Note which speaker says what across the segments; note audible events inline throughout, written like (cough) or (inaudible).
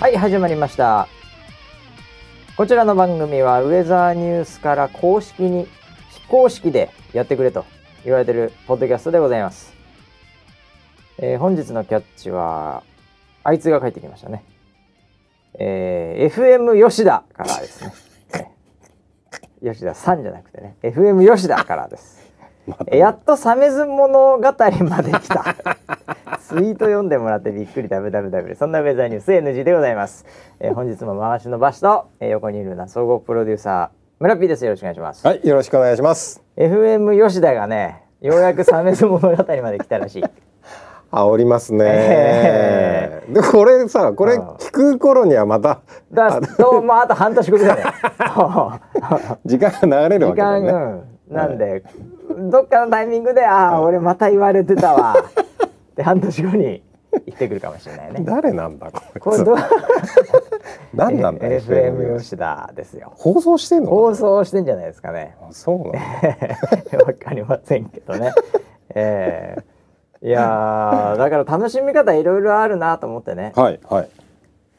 Speaker 1: はい、始まりました。こちらの番組はウェザーニュースから公式に非公式でやってくれと言われてるポッドキャストでございます。えー本日のキャッチは、あいつが帰ってきましたね。えー FM 吉田からですね。 (laughs) えー吉田さんじゃなくてね、FM 吉田からです。えーやっとサメズ物語まで来た。 (laughs) ツイート読んでもらってびっくり WWW そんなウェザーニュース NG でございます、えー本日も回しの場所と、えー横にいるような総合プロデューサー村 P ですよろしくお願いします、
Speaker 2: (laughs) はい、よろしくお願いします。
Speaker 1: FM 吉田がねようやくサメズ物語まで来たらしい
Speaker 2: 煽ります
Speaker 1: え
Speaker 2: ね。 (laughs) で、これさ、これ
Speaker 1: あー
Speaker 2: 聞く頃にはまた
Speaker 1: だからどうもあと半年後ぐ
Speaker 2: (laughs)
Speaker 1: らいだよ
Speaker 2: 時間が流れる
Speaker 1: 時
Speaker 2: わけだ
Speaker 1: 間、
Speaker 2: ね。
Speaker 1: うん、なんで、どっかのタイミングでああ俺また言われてた
Speaker 2: (laughs)
Speaker 1: わで半年後に行ってくるかもしれないね
Speaker 2: 誰なんだこ
Speaker 1: こ
Speaker 2: い
Speaker 1: れ
Speaker 2: つ
Speaker 1: どう。
Speaker 2: 何なんだ
Speaker 1: FM
Speaker 2: FM
Speaker 1: 吉田ですよ
Speaker 2: 放送してんの？
Speaker 1: 放送してんじゃないですか
Speaker 2: (laughs)
Speaker 1: ね
Speaker 2: あそうなんだ。
Speaker 1: わかりませんけどね。えーいやーだから楽しみ方いろいろあるなと思ってね、
Speaker 2: はいはい。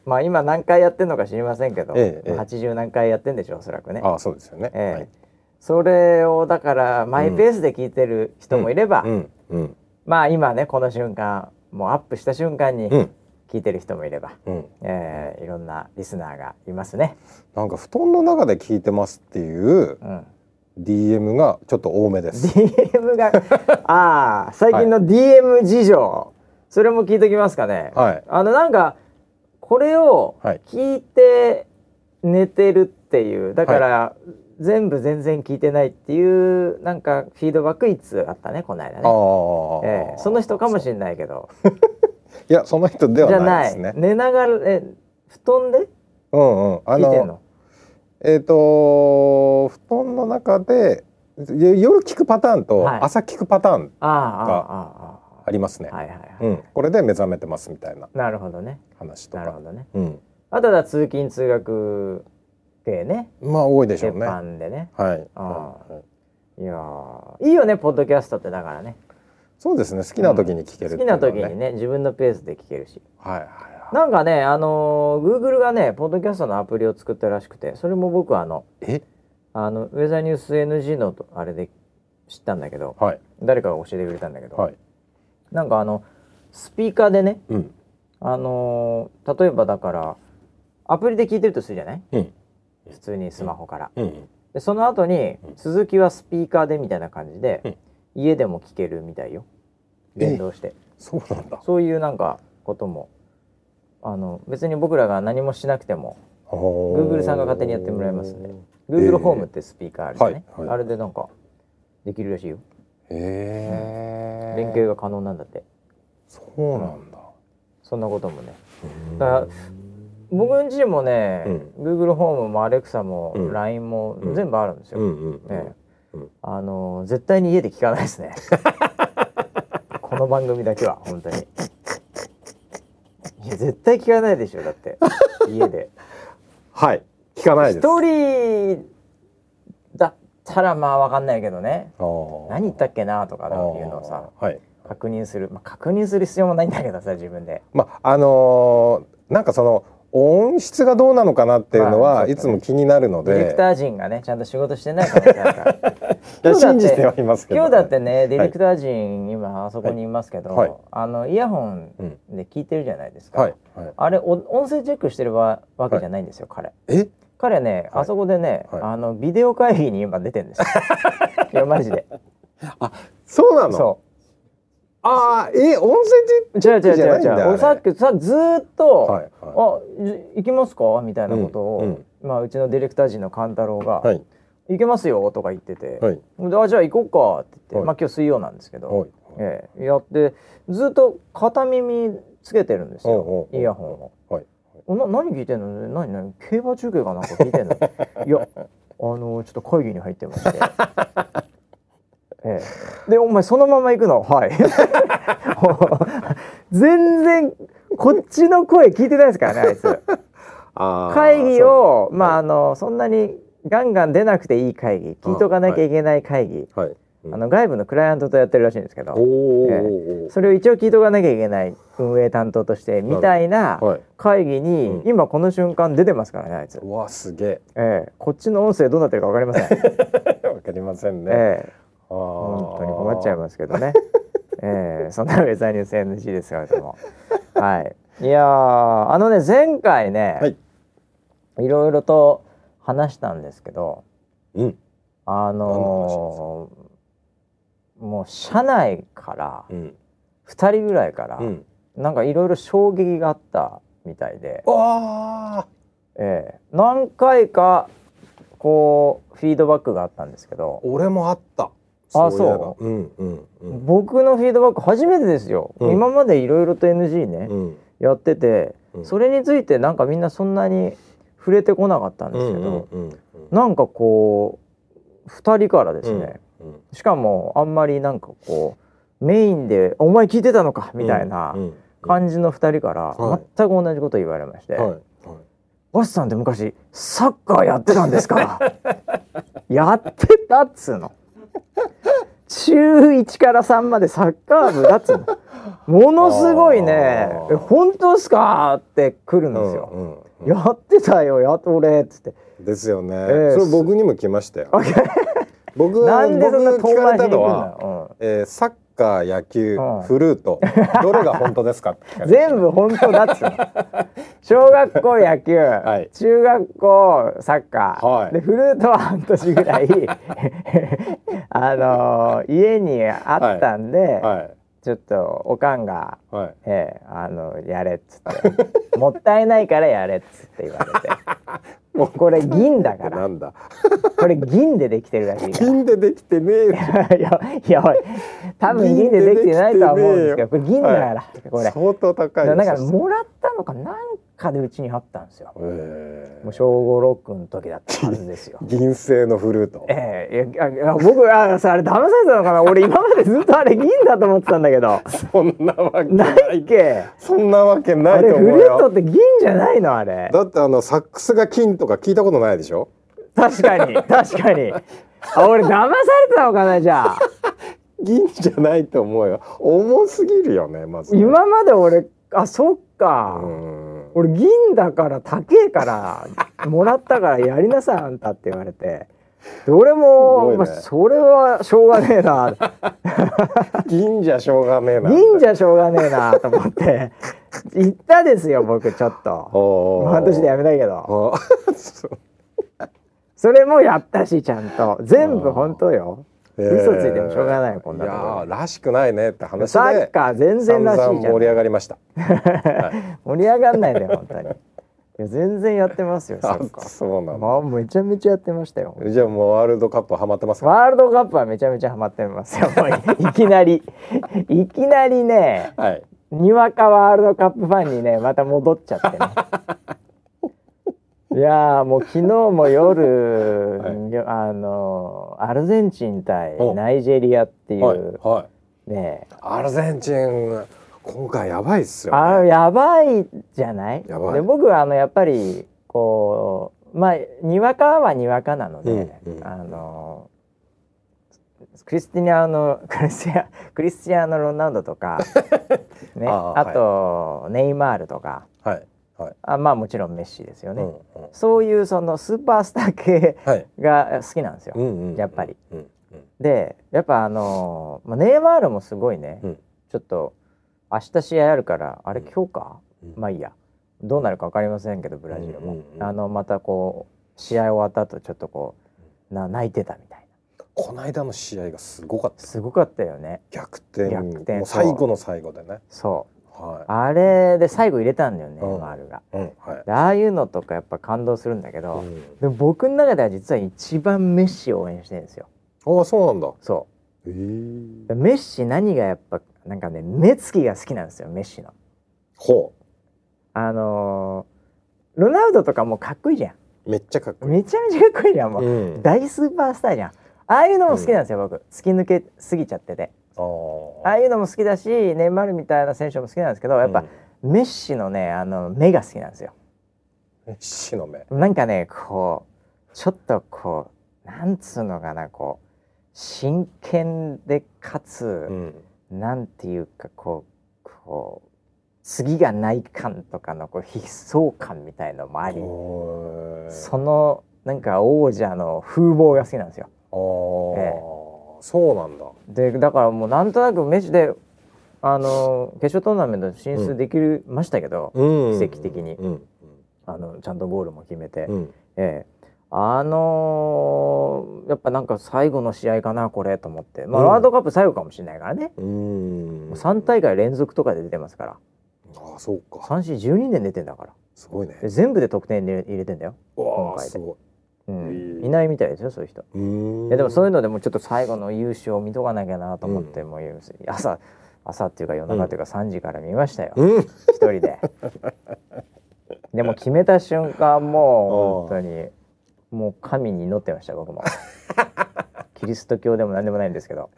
Speaker 1: まあ今何回やってんのか知りませんけど、
Speaker 2: ええええ
Speaker 1: 80何回やってんでしょうおそらくね、
Speaker 2: あー、そうですよね。
Speaker 1: えーそれをだからマイペースで聞いてる人もいれば、
Speaker 2: はい。うんうん
Speaker 1: まあ今ねこの瞬間もうアップした瞬間に
Speaker 2: うん
Speaker 1: 聞いてる人もいれば、
Speaker 2: うん。
Speaker 1: えーいろんなリスナーがいますね。
Speaker 2: なんか布団の中で聞いてますっていう
Speaker 1: うん
Speaker 2: (laughs) DM がちょっと多めです。
Speaker 1: DM がああ最近の DM 事情、それも聞いときますかね、
Speaker 2: はい
Speaker 1: あのなんかこれを
Speaker 2: はい
Speaker 1: 聞いて寝てるっていうだから、全部全然聞いてないっていうなんかフィードバックいつあったねこの間
Speaker 2: あ
Speaker 1: ね、
Speaker 2: あ、
Speaker 1: ええその人かもしれないけど
Speaker 2: いやその人で
Speaker 1: じゃ
Speaker 2: はない
Speaker 1: な
Speaker 2: で
Speaker 1: い
Speaker 2: すね。
Speaker 1: 寝ながらえ布団で
Speaker 2: うんうん。あ
Speaker 1: 聞いてんの
Speaker 2: えー、と布団の中でよ夜聞くパターンと
Speaker 1: はい
Speaker 2: 朝聞くパターン
Speaker 1: あああああ
Speaker 2: ありますね、
Speaker 1: あはいはいはい、
Speaker 2: うん、これで目覚めてますみたいな
Speaker 1: なるほどね
Speaker 2: 話と
Speaker 1: なるほ
Speaker 2: か、
Speaker 1: どね
Speaker 2: うん、
Speaker 1: あとは通勤通学系ね
Speaker 2: まあ多いでしょ
Speaker 1: 鉄
Speaker 2: うねは
Speaker 1: 板でね
Speaker 2: い、
Speaker 1: あ
Speaker 2: はいはい
Speaker 1: いやーいいよねポッドキャストってだからね
Speaker 2: そうですね好きな時に聞ける
Speaker 1: 好
Speaker 2: って
Speaker 1: き
Speaker 2: いうの
Speaker 1: な
Speaker 2: は
Speaker 1: 時にね自分のペースで聞けるし
Speaker 2: はいはいはい
Speaker 1: なんかねあのー Google がねポッドキャストのアプリを作ったらしくてそれも僕はあの
Speaker 2: え
Speaker 1: あのウェザーニュース NG のとあれで知ったんだけど
Speaker 2: はい
Speaker 1: 誰かが教えてくれたんだけど、
Speaker 2: はい
Speaker 1: なんかあのスピーカーでね
Speaker 2: うん
Speaker 1: あのー例えばだからアプリで聞いてるとするじゃない
Speaker 2: うん
Speaker 1: 普通にスマホから。
Speaker 2: うん
Speaker 1: でその後に
Speaker 2: うん
Speaker 1: 続きはスピーカーでみたいな感じで、
Speaker 2: うん
Speaker 1: 家でも聞けるみたいよ
Speaker 2: え
Speaker 1: 連動して
Speaker 2: そうなんだ
Speaker 1: そういうなんかこともあの別に僕らが何もしなくても Google
Speaker 2: Google
Speaker 1: さんが勝手にやってもらいますんで
Speaker 2: ね
Speaker 1: Google ホームってスピーカーあるじゃね、
Speaker 2: はいはい
Speaker 1: あれでなんかできるらしいよ
Speaker 2: へえ
Speaker 1: 連携が可能なんだって
Speaker 2: そうなんだ
Speaker 1: そんなこともね
Speaker 2: うん
Speaker 1: だから僕んちもね、
Speaker 2: う
Speaker 1: Google ホームも Alexa も
Speaker 2: うん
Speaker 1: LINE も
Speaker 2: うん
Speaker 1: 全部あるんですよ、
Speaker 2: うんうんうん
Speaker 1: ええ
Speaker 2: うん
Speaker 1: あの絶対に家で聞かないですね (laughs) この番組だけは本当にいや絶対聞かないでしょだって家で
Speaker 2: はい聞かないです
Speaker 1: 一人だったらまあわかんないけどね何言ったっけなとか
Speaker 2: か
Speaker 1: っていうのをさ
Speaker 2: はい
Speaker 1: 確認する、まあ、確認する必要もないんだけどさ自分で
Speaker 2: まああのーなんかその音質がどうなのかなっていうの
Speaker 1: まあ
Speaker 2: は
Speaker 1: そう
Speaker 2: い
Speaker 1: だ
Speaker 2: つ
Speaker 1: ね
Speaker 2: も気になるの
Speaker 1: ディレク
Speaker 2: で、
Speaker 1: ター陣がねちゃんと仕事してないからさ
Speaker 2: (laughs) いや
Speaker 1: 今日だって
Speaker 2: 信じてはいますけど、
Speaker 1: 今日だってねディレクター陣今あそこにいますけど、
Speaker 2: はい
Speaker 1: あのイヤホン
Speaker 2: うん
Speaker 1: で聞いてるじゃないですか、
Speaker 2: はいはい
Speaker 1: あれお音声チェックしてるわわけじゃないんですよ、彼
Speaker 2: え
Speaker 1: 彼ね、
Speaker 2: はい
Speaker 1: あそこでね、
Speaker 2: はい
Speaker 1: あのビデオ会議に今出てるん
Speaker 2: (laughs)
Speaker 1: ですよいやマジで
Speaker 2: そうなの
Speaker 1: そ
Speaker 2: ああえ
Speaker 1: う
Speaker 2: 音
Speaker 1: 違う違う
Speaker 2: じゃ
Speaker 1: 違う
Speaker 2: ないん
Speaker 1: 違
Speaker 2: だ
Speaker 1: う
Speaker 2: あ
Speaker 1: 俺
Speaker 2: れ
Speaker 1: さっきさずーっと、
Speaker 2: 声はい
Speaker 1: あ
Speaker 2: は
Speaker 1: じ行きますかみたいなことを、
Speaker 2: うん
Speaker 1: まあ、うちのディレクター陣の勘太郎が、
Speaker 2: いはい
Speaker 1: 行けますよ」とか言ってて「
Speaker 2: はい
Speaker 1: であじゃあ行こうか」って言って、
Speaker 2: はい
Speaker 1: まあ今日水曜なんですけど、
Speaker 2: はい
Speaker 1: ええやってずっと片耳つけてるんです
Speaker 2: おうおう
Speaker 1: よ
Speaker 2: おう
Speaker 1: イヤホンを。
Speaker 2: はい
Speaker 1: おな何聞いてんの何何競馬中継かなんか聞いて
Speaker 2: (laughs)
Speaker 1: んのいやあのちょっと会議に入ってまして。 (laughs) ええ、でお前そのまま行くのはい (laughs) 全然こっちの声聞いてないですからねあいつ
Speaker 2: あー
Speaker 1: 会議を
Speaker 2: う
Speaker 1: まああのそんなにガンガン出なくていい会議聞いとかなきゃいけない会議
Speaker 2: そうはいうん
Speaker 1: あの外部のクライアントとやってるらしいんですけ
Speaker 2: おー
Speaker 1: ど
Speaker 2: おーおー
Speaker 1: それを一応聞いとかなきゃいけない運営担当としてみたいな
Speaker 2: はい
Speaker 1: 会議に、
Speaker 2: うん
Speaker 1: 今この瞬間出てますからねあいつ、
Speaker 2: うわすげ
Speaker 1: ええこっちの音声どうなってるか分かりませ (laughs) ん、
Speaker 2: え (laughs) わかりませんね、
Speaker 1: ええ
Speaker 2: あー
Speaker 1: 本当に困っちゃいますけど (laughs) ね。ええそんなウェザーニュース NG ですけれ (laughs) ども。はい。いやーあのね前回ね、
Speaker 2: はい、
Speaker 1: ろいろと話したんですけど、
Speaker 2: うん
Speaker 1: あ
Speaker 2: 何
Speaker 1: の
Speaker 2: の
Speaker 1: ーもう社内から
Speaker 2: うん
Speaker 1: 2人ぐらいから、
Speaker 2: うん
Speaker 1: なんかいろいろ衝撃があったみたいで、
Speaker 2: あ
Speaker 1: ええ何回かこうフィードバックがあったんですけど
Speaker 2: ー、俺もあった
Speaker 1: あ
Speaker 2: いえば
Speaker 1: そ
Speaker 2: うんうんうん
Speaker 1: 僕のフィードバック初めてですよ。
Speaker 2: うん
Speaker 1: 今までいろいろと NG ね。
Speaker 2: うん
Speaker 1: やってて、
Speaker 2: うん
Speaker 1: それについてなんかみんなそんなに触れてこなかったんですけど、
Speaker 2: うんうんうん
Speaker 1: なんかこう2人からですね、
Speaker 2: うんうん
Speaker 1: しかもあんまりなんかこうメインで「お前聞いてたのか」みたいな
Speaker 2: うんうん
Speaker 1: 感じの2人から
Speaker 2: はい
Speaker 1: 全く同じこと言われまして
Speaker 2: はいはい
Speaker 1: 「ガ、ス、さんって昔サッカーやってたんです
Speaker 2: (laughs)
Speaker 1: か? 」やってたっつうの。中1から3までサッカー部だっつうの。ものすごいね
Speaker 2: あ
Speaker 1: 「
Speaker 2: ー
Speaker 1: え本当っすか?」って来るんですよ。
Speaker 2: うんうんうん
Speaker 1: やってたよやっと俺っつって
Speaker 2: ですよね、
Speaker 1: ええ
Speaker 2: それ僕にも来ま
Speaker 1: (laughs)
Speaker 2: したよ僕
Speaker 1: なんでそんな遠
Speaker 2: 僕聞
Speaker 1: 回
Speaker 2: かれ
Speaker 1: しに
Speaker 2: た
Speaker 1: 行く
Speaker 2: のは、
Speaker 1: の、
Speaker 2: えー、サッカー野球、
Speaker 1: うん
Speaker 2: フルー
Speaker 1: (laughs)
Speaker 2: トどれが本当ですかって聞
Speaker 1: う
Speaker 2: か
Speaker 1: ん、
Speaker 2: れて
Speaker 1: 全部本当だっつう
Speaker 2: (laughs)
Speaker 1: の小学校野球、
Speaker 2: い
Speaker 1: 中学校サッカー、
Speaker 2: はい
Speaker 1: でフルートは半年ぐ
Speaker 2: (laughs)
Speaker 1: らいあのー家にあったんで、
Speaker 2: は
Speaker 1: ちょっとおかんが
Speaker 2: いはい
Speaker 1: 「ええあのやれ」っつって「もったいないからやれ」っつって言
Speaker 2: (laughs)
Speaker 1: われて
Speaker 2: もう
Speaker 1: これ銀だか
Speaker 2: な
Speaker 1: ら
Speaker 2: んだ
Speaker 1: これ銀でできてるらし
Speaker 2: (laughs)
Speaker 1: いから
Speaker 2: 金でできてねえよ
Speaker 1: いやいや多分銀でできてないとは思うんですけどこれ銀だから、これ
Speaker 2: 相当高い
Speaker 1: だ
Speaker 2: よ
Speaker 1: から
Speaker 2: そし
Speaker 1: もらったのかなんかでうちにあったんですよ
Speaker 2: たらえ
Speaker 1: もう小五ロックの時だったはずですよ
Speaker 2: ー銀製のフルート
Speaker 1: (laughs) ええいやいや僕あさあれ騙されたのかな俺今までずっとあれ銀だと思ってたんだけど
Speaker 2: そんなわけ
Speaker 1: ないっけ
Speaker 2: そんなわけな
Speaker 1: あ
Speaker 2: いと
Speaker 1: れフ
Speaker 2: 思う
Speaker 1: ルートっ
Speaker 2: よ
Speaker 1: て銀じゃないのあれ
Speaker 2: だってあのサックスが金とか聞いたことないでしょ
Speaker 1: 確か
Speaker 2: (laughs)
Speaker 1: に確かにあ俺騙されてたのかなじゃ
Speaker 2: (laughs)
Speaker 1: あ
Speaker 2: 銀じゃないと思うよ重すぎるよねまずね
Speaker 1: 今まで俺あそっ
Speaker 2: う
Speaker 1: か、
Speaker 2: ん
Speaker 1: 俺銀だから高えからもらったからやりなさいあんたって言われてで俺も、
Speaker 2: すご
Speaker 1: ま
Speaker 2: い
Speaker 1: あ
Speaker 2: ね
Speaker 1: それはしょうがねえな
Speaker 2: 銀じゃしょうがねえな
Speaker 1: 銀じゃしょうがねえなと思って行ったですよ僕ちょっと
Speaker 2: おー
Speaker 1: 半年でやめたけど
Speaker 2: あーそう
Speaker 1: それもやったしちゃんと全部本当よ (laughs) 嘘ついてもしょうがないこんなとこ
Speaker 2: い
Speaker 1: ろ
Speaker 2: やーらしくないねって話で
Speaker 1: サッカー全然らし
Speaker 2: 散
Speaker 1: い
Speaker 2: 々
Speaker 1: じゃん
Speaker 2: 盛り上がりました
Speaker 1: 盛り上がんないで本当にいや全然やってますよサ
Speaker 2: あ
Speaker 1: ッカー
Speaker 2: そうなの
Speaker 1: まあめちゃめちゃやってましたよ
Speaker 2: じゃあもうワールドカップはまってますか
Speaker 1: ワールドカップはめちゃめちゃハマってます
Speaker 2: (laughs)
Speaker 1: よ。もういいきなり、いきなりね、
Speaker 2: はい
Speaker 1: にわかワールドカップファンにね、また戻っちゃ
Speaker 2: (laughs)
Speaker 1: ってね。いやーもう昨日も夜、
Speaker 2: は
Speaker 1: よあのーアルゼンチン対
Speaker 2: お
Speaker 1: ナイジェリアってい
Speaker 2: はい、
Speaker 1: う、
Speaker 2: はい、
Speaker 1: ね
Speaker 2: アルゼンチン今回やばいっすよ、ね、
Speaker 1: あやばいじゃない
Speaker 2: やばい
Speaker 1: で僕はあのやっぱりこうまあにわかはにわかなので、
Speaker 2: うんうん
Speaker 1: あのクリスティアーノクリスティアクリスティアーノ・ロナウドと
Speaker 2: (laughs)
Speaker 1: か、ね、
Speaker 2: あ
Speaker 1: あ
Speaker 2: ーはい
Speaker 1: と、ネイマールとか
Speaker 2: はいはい、
Speaker 1: あまあもちろんメッシですよ
Speaker 2: う
Speaker 1: ね、
Speaker 2: んうん、
Speaker 1: そういうそのスーパースター系
Speaker 2: はい、
Speaker 1: が好きなんですよ。
Speaker 2: うんうん、
Speaker 1: やっぱり、
Speaker 2: うんうん、
Speaker 1: でやっぱあの、まあ、ネイマールもすごいね、
Speaker 2: うん
Speaker 1: ちょっと明日試合あるからあれ
Speaker 2: うん
Speaker 1: 今日か、
Speaker 2: うん
Speaker 1: まあいいやどうなるか分かりませんけどブラジルも、
Speaker 2: うんうんうん
Speaker 1: あのまたこう試合終わった後ちょっとこうな泣いてたみたいな
Speaker 2: この間の試合がすごかった
Speaker 1: すごかったよね
Speaker 2: 逆転
Speaker 1: 逆転
Speaker 2: もう
Speaker 1: そう
Speaker 2: 最後の最後でね
Speaker 1: そ
Speaker 2: は
Speaker 1: うあれで最後入れたんだよね、
Speaker 2: うん
Speaker 1: マールが
Speaker 2: い、うんはい
Speaker 1: でああいうのとかやっぱ感動するんだけ
Speaker 2: う
Speaker 1: ど、
Speaker 2: ん、
Speaker 1: でも僕の中では実は一番メッシを応援してるんですよ
Speaker 2: ああそうなんだ
Speaker 1: そ
Speaker 2: ええ
Speaker 1: うでメッシ何がやっぱなんかね目つきが好きなんですよメッシの
Speaker 2: ほ
Speaker 1: あのーロナウドとかもうかっこいいじゃ
Speaker 2: うめっちゃかっこ
Speaker 1: ん
Speaker 2: い
Speaker 1: め
Speaker 2: い、
Speaker 1: ちゃめちゃかっこいいじゃんもう、
Speaker 2: うん、
Speaker 1: 大スーパースターじゃんああいうのも好きなんですよ、僕突き抜けすぎちゃってて
Speaker 2: あ
Speaker 1: ああ
Speaker 2: あ
Speaker 1: いうのも好きだしネイマールみたいな選手も好きなんですけどやっぱ、メッシのねあの目が好きなんですよ
Speaker 2: うん、死の目
Speaker 1: なんかねこうちょっとこうなんつうのかなこう真剣でかつ、
Speaker 2: うん
Speaker 1: なんていうかこうこう次がない感とかのこう悲壮感みたいのもあり、
Speaker 2: おー
Speaker 1: そのなんか王者の風貌が好きなんですよ。
Speaker 2: あーそうなんだ
Speaker 1: でだからもうなんとなくメジであの決勝トーナメント進出できるましたけど、
Speaker 2: うん
Speaker 1: 奇跡的に
Speaker 2: うん
Speaker 1: あのちゃんとゴールも決めて、
Speaker 2: うん
Speaker 1: ええあのーやっぱなんか最後の試合かなこれと思って、まあ、
Speaker 2: うん
Speaker 1: ワールドカップ最後かもしれないからね、
Speaker 2: うん
Speaker 1: もう3大会連続とかで出てますから
Speaker 2: ああそうか
Speaker 1: 3412年出てんだから
Speaker 2: すごいね
Speaker 1: で全部で得点入れ入れてんだよ、
Speaker 2: わ
Speaker 1: 今
Speaker 2: あ
Speaker 1: 回です
Speaker 2: ごい
Speaker 1: うん
Speaker 2: へえ
Speaker 1: いないみたいですよそういう人。
Speaker 2: うーん
Speaker 1: いやでもそういうのでもちょっと最後の優勝を見とかなきゃなと思って、
Speaker 2: う
Speaker 1: もう朝朝っていうか夜中っていうか3時から見ましたよ、
Speaker 2: うん
Speaker 1: 一人ででも決めた瞬間もう本当にもう神に祈ってました僕
Speaker 2: (laughs)
Speaker 1: もキリスト教でも何でもないんですけど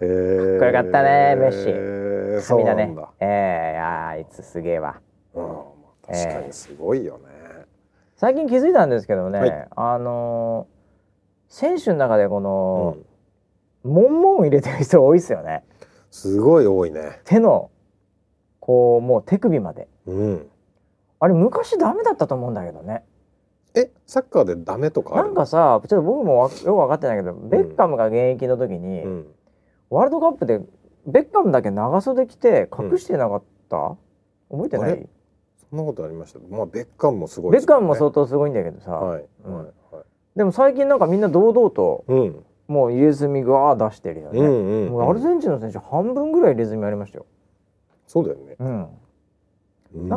Speaker 2: えー
Speaker 1: こよかったねメッシ
Speaker 2: えーそう
Speaker 1: 神
Speaker 2: な
Speaker 1: だ
Speaker 2: ん
Speaker 1: ね
Speaker 2: だ
Speaker 1: ええいやあいつすげえわ
Speaker 2: うんまあ確かにすごいよね
Speaker 1: 最近気づいたんですけどね、
Speaker 2: はい
Speaker 1: あのー選手の中でこ
Speaker 2: う
Speaker 1: の、
Speaker 2: ん
Speaker 1: もん、モンモン入れてる人多いですよね
Speaker 2: すごい多いね
Speaker 1: 手のこうもう手首まで
Speaker 2: うん
Speaker 1: あれ昔ダメだったと思うんだけどね
Speaker 2: えサッカーでダメとかあ
Speaker 1: な
Speaker 2: る
Speaker 1: ん
Speaker 2: の
Speaker 1: かさちょっと僕もわよく分かってないけどベッカムが現役の時に、
Speaker 2: うん
Speaker 1: ワールドカップでベッカムだけ長袖着て隠してなかった、覚えてな
Speaker 2: あ
Speaker 1: い
Speaker 2: そんなことありましたまあベッカムもすごい
Speaker 1: ベッカムも
Speaker 2: う
Speaker 1: 相当すごいんだけどさ、
Speaker 2: はい
Speaker 1: うん
Speaker 2: はいはい
Speaker 1: でも最近なんかみんな堂々と
Speaker 2: うん
Speaker 1: もう入れ墨が出してるよね、
Speaker 2: うんうん
Speaker 1: もうアルゼンチンの選手半分ぐらい入れ墨ありましたよ、
Speaker 2: そうだよね
Speaker 1: うん、
Speaker 2: な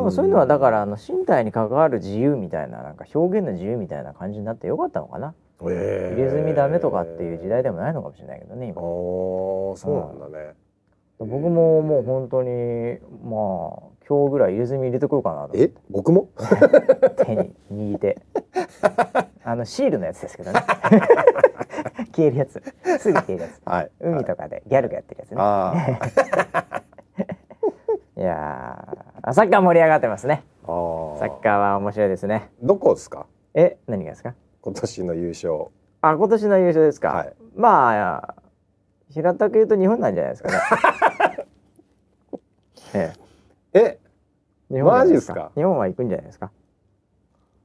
Speaker 1: なんかそういうのはだからあの身体に関わる自由みたいななんか表現の自由みたいな感じになってよかったのかな
Speaker 2: 入
Speaker 1: 入れ墨ダメとかっていう時代でもないのかもしれないけどね
Speaker 2: ああ
Speaker 1: 今
Speaker 2: そうなんだね
Speaker 1: 僕ももう本当にまあ今日ぐらい入れ墨入れてこようかなと思って
Speaker 2: え僕も
Speaker 1: 手に握ってあのシールのやつですけどね消えるやつすぐ消えるやつ
Speaker 2: はい
Speaker 1: 海とかでギャルがやってるやつね、
Speaker 2: あー
Speaker 1: (laughs) い、やーサッカー盛り上がってますね
Speaker 2: あー
Speaker 1: サッカーは面白いですね
Speaker 2: どこですか
Speaker 1: え何がですか
Speaker 2: 今年の優勝
Speaker 1: あ今年の優勝ですか、
Speaker 2: はい
Speaker 1: まあ平たく言うと日本なんじゃない (laughs) ですかねえ
Speaker 2: え
Speaker 1: え日本じゃない
Speaker 2: マジっすか
Speaker 1: 日本は行くんじゃないですか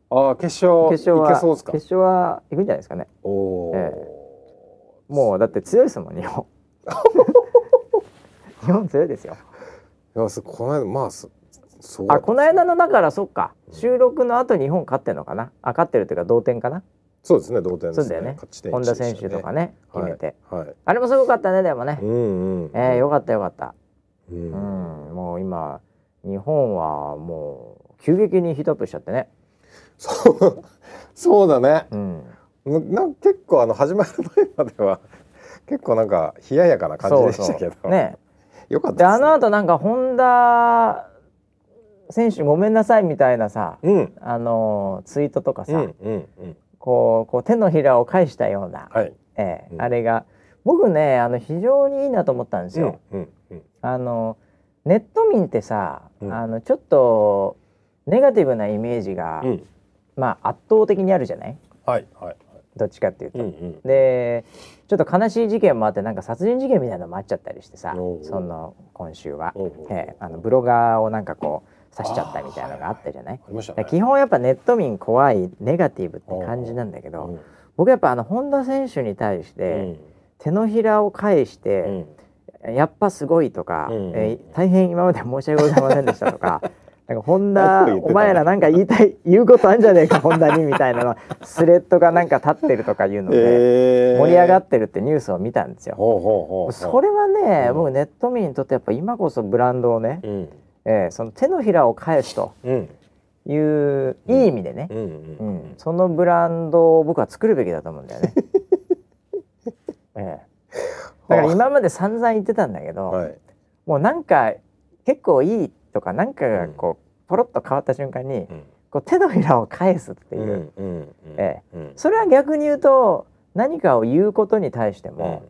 Speaker 2: ああ決勝
Speaker 1: 決勝
Speaker 2: い
Speaker 1: は
Speaker 2: けそうですか
Speaker 1: 決勝は行くんじゃないですかね
Speaker 2: おおー、
Speaker 1: えもうだって強いですもん日 (laughs) 本日本強いですよ
Speaker 2: いやすこの間まあそそう
Speaker 1: あこの間
Speaker 2: の
Speaker 1: のだからそっか収録の後に日本勝ってるのかなあ勝ってるというか同点かな
Speaker 2: そうですね同点ですね
Speaker 1: そうだよね
Speaker 2: 勝ち点
Speaker 1: 本田
Speaker 2: 一でした
Speaker 1: 選手とかね決めて、
Speaker 2: はい
Speaker 1: あれもすごかったねでもね、
Speaker 2: うんうん
Speaker 1: えー、よかったよかった
Speaker 2: う
Speaker 1: うんん、もう今日本はもう急激にヒートアップしちゃってね
Speaker 2: そう (laughs) そうだね
Speaker 1: うん
Speaker 2: ななんか結構あの始まる前までは (laughs) 結構なんか冷ややかな感じでしたけど
Speaker 1: そうそうね
Speaker 2: よかった
Speaker 1: であの
Speaker 2: ね
Speaker 1: 後なんか本田選手ごめんなさいみたいなさ
Speaker 2: うん
Speaker 1: あのーツイートとかさ、
Speaker 2: うんうんうん
Speaker 1: こうこう手のひらを返したような、
Speaker 2: はい
Speaker 1: ええ
Speaker 2: うん
Speaker 1: あれが僕ねあの非常にいいなと思ったんですよ。
Speaker 2: うんうん
Speaker 1: あのネット民ってさ、
Speaker 2: うん
Speaker 1: あのちょっとネガティブなイメージが、
Speaker 2: うん
Speaker 1: まあ圧倒的にあるじゃない
Speaker 2: はいはい
Speaker 1: どっちかっていうと。
Speaker 2: うんうん
Speaker 1: でちょっと悲しい事件もあってなんか殺人事件みたいなのもあっちゃったりしてさ
Speaker 2: おう
Speaker 1: その今週は、
Speaker 2: おうおう
Speaker 1: ええあのブロガーをなんかこう刺しちゃったみたいなのがあったじゃない
Speaker 2: ありました
Speaker 1: だか
Speaker 2: ね
Speaker 1: ら基本やっぱネット民怖いネガティブって感じなんだけど、僕やっぱあの本田選手に対して、
Speaker 2: うん
Speaker 1: 手のひらを返し
Speaker 2: う
Speaker 1: て、
Speaker 2: ん
Speaker 1: やっぱすごいとか、
Speaker 2: うんうん
Speaker 1: えー大変今まで申し訳ございませんでしたと
Speaker 2: (laughs)
Speaker 1: かなんか本田
Speaker 2: 何を言ってたの
Speaker 1: お前らなんか言いたい (laughs) 言うことあんじゃねえか本田にみたいなのスレッドがなんか立ってるとかいうので、
Speaker 2: えー
Speaker 1: 盛り上がってるってニュースを見たんですよ。
Speaker 2: ほうほうほうほう
Speaker 1: それはね、
Speaker 2: うん
Speaker 1: 僕ネット民にとってやっぱ今こそブランドをね、
Speaker 2: うん
Speaker 1: えーその手のひらを返すと
Speaker 2: うん
Speaker 1: いう
Speaker 2: うん
Speaker 1: いい意味でね、
Speaker 2: うんう
Speaker 1: うんん、そのブランドを僕は作るべきだと思うんだよ
Speaker 2: (laughs)
Speaker 1: ね。ええだから今まで散々言ってたんだけど、
Speaker 2: はい
Speaker 1: もうなんか結構いいとかなんかがこうポロッと変わった瞬間に
Speaker 2: うん
Speaker 1: こう手のひらを返すっていう、
Speaker 2: うんうんうん
Speaker 1: え
Speaker 2: うん
Speaker 1: それは逆に言うと何かを言うことに対しても、